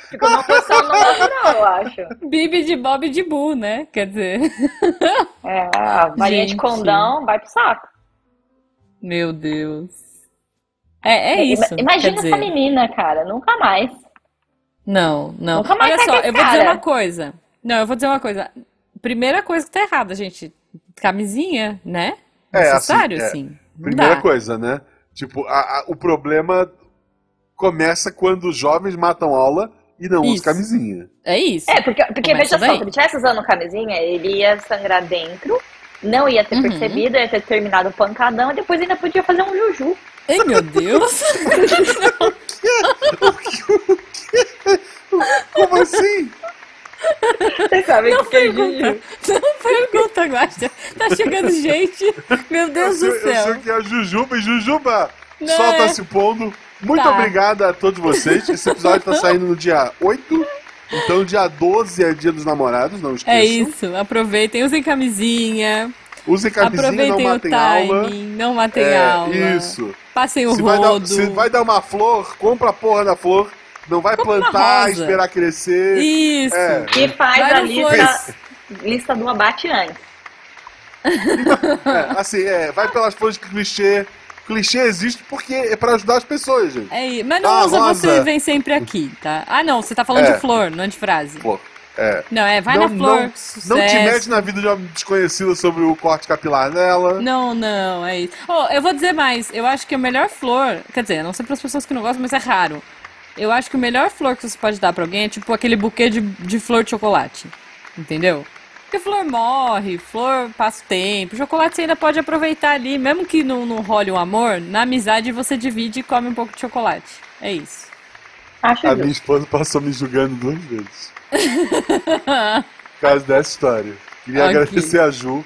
Speaker 3: Fica numa posição não natural, eu acho.
Speaker 1: Bibi de Bob de Boo, né? Quer dizer.
Speaker 3: É, a varinha de
Speaker 1: Gente.
Speaker 3: condão vai pro saco.
Speaker 1: Meu Deus. É, é isso.
Speaker 3: Ima- Imagina
Speaker 1: quer dizer.
Speaker 3: essa menina, cara. Nunca mais.
Speaker 1: Não, não.
Speaker 3: Nunca mais
Speaker 1: Olha
Speaker 3: sai
Speaker 1: só,
Speaker 3: com
Speaker 1: eu vou dizer
Speaker 3: cara.
Speaker 1: uma coisa. Não, eu vou dizer uma coisa. Primeira coisa que tá errada, gente. Camisinha, né?
Speaker 2: É, assim,
Speaker 1: Necessário,
Speaker 2: é.
Speaker 1: assim. Não
Speaker 2: Primeira
Speaker 1: dá.
Speaker 2: coisa, né? Tipo, a- a- o problema começa quando os jovens matam aula e não
Speaker 1: Isso.
Speaker 2: usam camisinha.
Speaker 1: É isso.
Speaker 3: É, porque, porque
Speaker 1: Começa
Speaker 3: veja só,
Speaker 1: daí.
Speaker 3: se ele tivesse usando camisinha, ele ia sangrar dentro, não ia ter
Speaker 1: Uhum.
Speaker 3: percebido, ia ter terminado o pancadão e depois ainda podia fazer um juju.
Speaker 1: Ai, meu Deus.
Speaker 2: Como assim?
Speaker 3: Você sabe
Speaker 1: Não
Speaker 3: que tem
Speaker 1: pergunta. Não
Speaker 3: juju.
Speaker 1: pergunta, Guaxa. Tá chegando gente. Meu Deus
Speaker 2: eu,
Speaker 1: do
Speaker 2: sei, eu sei
Speaker 1: céu.
Speaker 2: que é a Jujuba e Jujuba
Speaker 1: Não,
Speaker 2: só tá
Speaker 1: é.
Speaker 2: se pondo. Muito
Speaker 1: Tá.
Speaker 2: obrigada a todos vocês. Esse episódio tá saindo no dia 8. Então, dia 12 é dia dos namorados, não esqueçam.
Speaker 1: É isso. Aproveitem, usem camisinha.
Speaker 2: Usem camisinha, não
Speaker 1: Aproveitem o
Speaker 2: matem aula.
Speaker 1: timing, não matem
Speaker 2: É,
Speaker 1: aula.
Speaker 2: Isso.
Speaker 1: Passem o
Speaker 2: Se vai, dar,
Speaker 1: rodo.
Speaker 2: se vai dar uma flor, compra a porra da flor. Não vai
Speaker 1: Compra uma
Speaker 2: plantar,
Speaker 1: rosa.
Speaker 2: esperar crescer.
Speaker 1: Isso.
Speaker 2: É.
Speaker 3: E faz
Speaker 1: Vai
Speaker 3: a
Speaker 1: no
Speaker 3: lista, lista do abate antes.
Speaker 2: É, assim, é, vai pelas flores de clichê. Clichê existe porque é pra ajudar as pessoas, gente.
Speaker 1: É isso. Mas não
Speaker 2: Ah,
Speaker 1: usa
Speaker 2: rosa.
Speaker 1: você vem sempre aqui, tá? Ah, não, você tá falando
Speaker 2: É.
Speaker 1: de flor, não de frase.
Speaker 2: Flor, é.
Speaker 1: Não, é, vai
Speaker 2: Não-
Speaker 1: na flor.
Speaker 2: não-
Speaker 1: sucesso.
Speaker 2: Não te mete na vida de uma desconhecida sobre o corte capilar dela.
Speaker 1: Não, não, é isso. Oh, eu vou dizer mais. Eu acho que a melhor flor, quer dizer, não sei para as pessoas que não gostam, mas é raro. Eu acho que o melhor flor que você pode dar para alguém é tipo aquele buquê de, de flor de chocolate. Entendeu? Porque flor morre, flor passa o tempo. Chocolate você ainda pode aproveitar ali, mesmo que não, não role um amor, na amizade você divide e come um pouco de chocolate. É isso.
Speaker 3: Acho
Speaker 2: A
Speaker 3: justo.
Speaker 2: minha esposa passou me julgando duas vezes. Por causa dessa história. Queria
Speaker 1: Ok.
Speaker 2: agradecer a Ju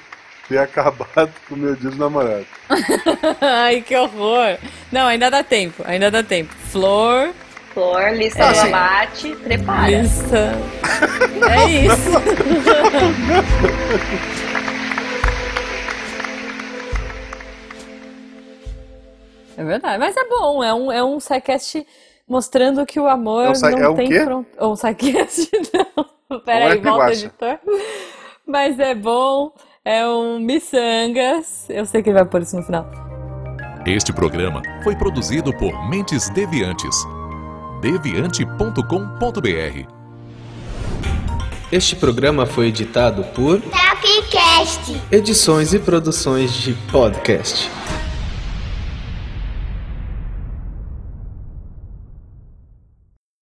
Speaker 2: ter acabado com o meu dia de namorado.
Speaker 1: Ai, que horror. Não, ainda dá tempo, ainda dá tempo. Flor,
Speaker 3: Flor, lista
Speaker 2: É,
Speaker 3: do
Speaker 2: sim.
Speaker 3: abate, prepara.
Speaker 1: lista. É isso. É verdade, mas é bom, é um, é um sidecast mostrando que o amor
Speaker 2: É um si-
Speaker 1: não
Speaker 2: é um
Speaker 1: tem
Speaker 2: quê? é
Speaker 1: fronteira. Um sidecast, não. Peraí,
Speaker 2: que
Speaker 1: volta,
Speaker 2: baixa.
Speaker 1: editor. Mas é bom, é um miçangas. Eu sei que ele vai pôr isso no final.
Speaker 4: Este programa foi produzido por Mentes Deviantes. deviante.com.br
Speaker 5: Este programa foi editado por
Speaker 6: Tapcast.
Speaker 5: Edições e Produções de Podcast.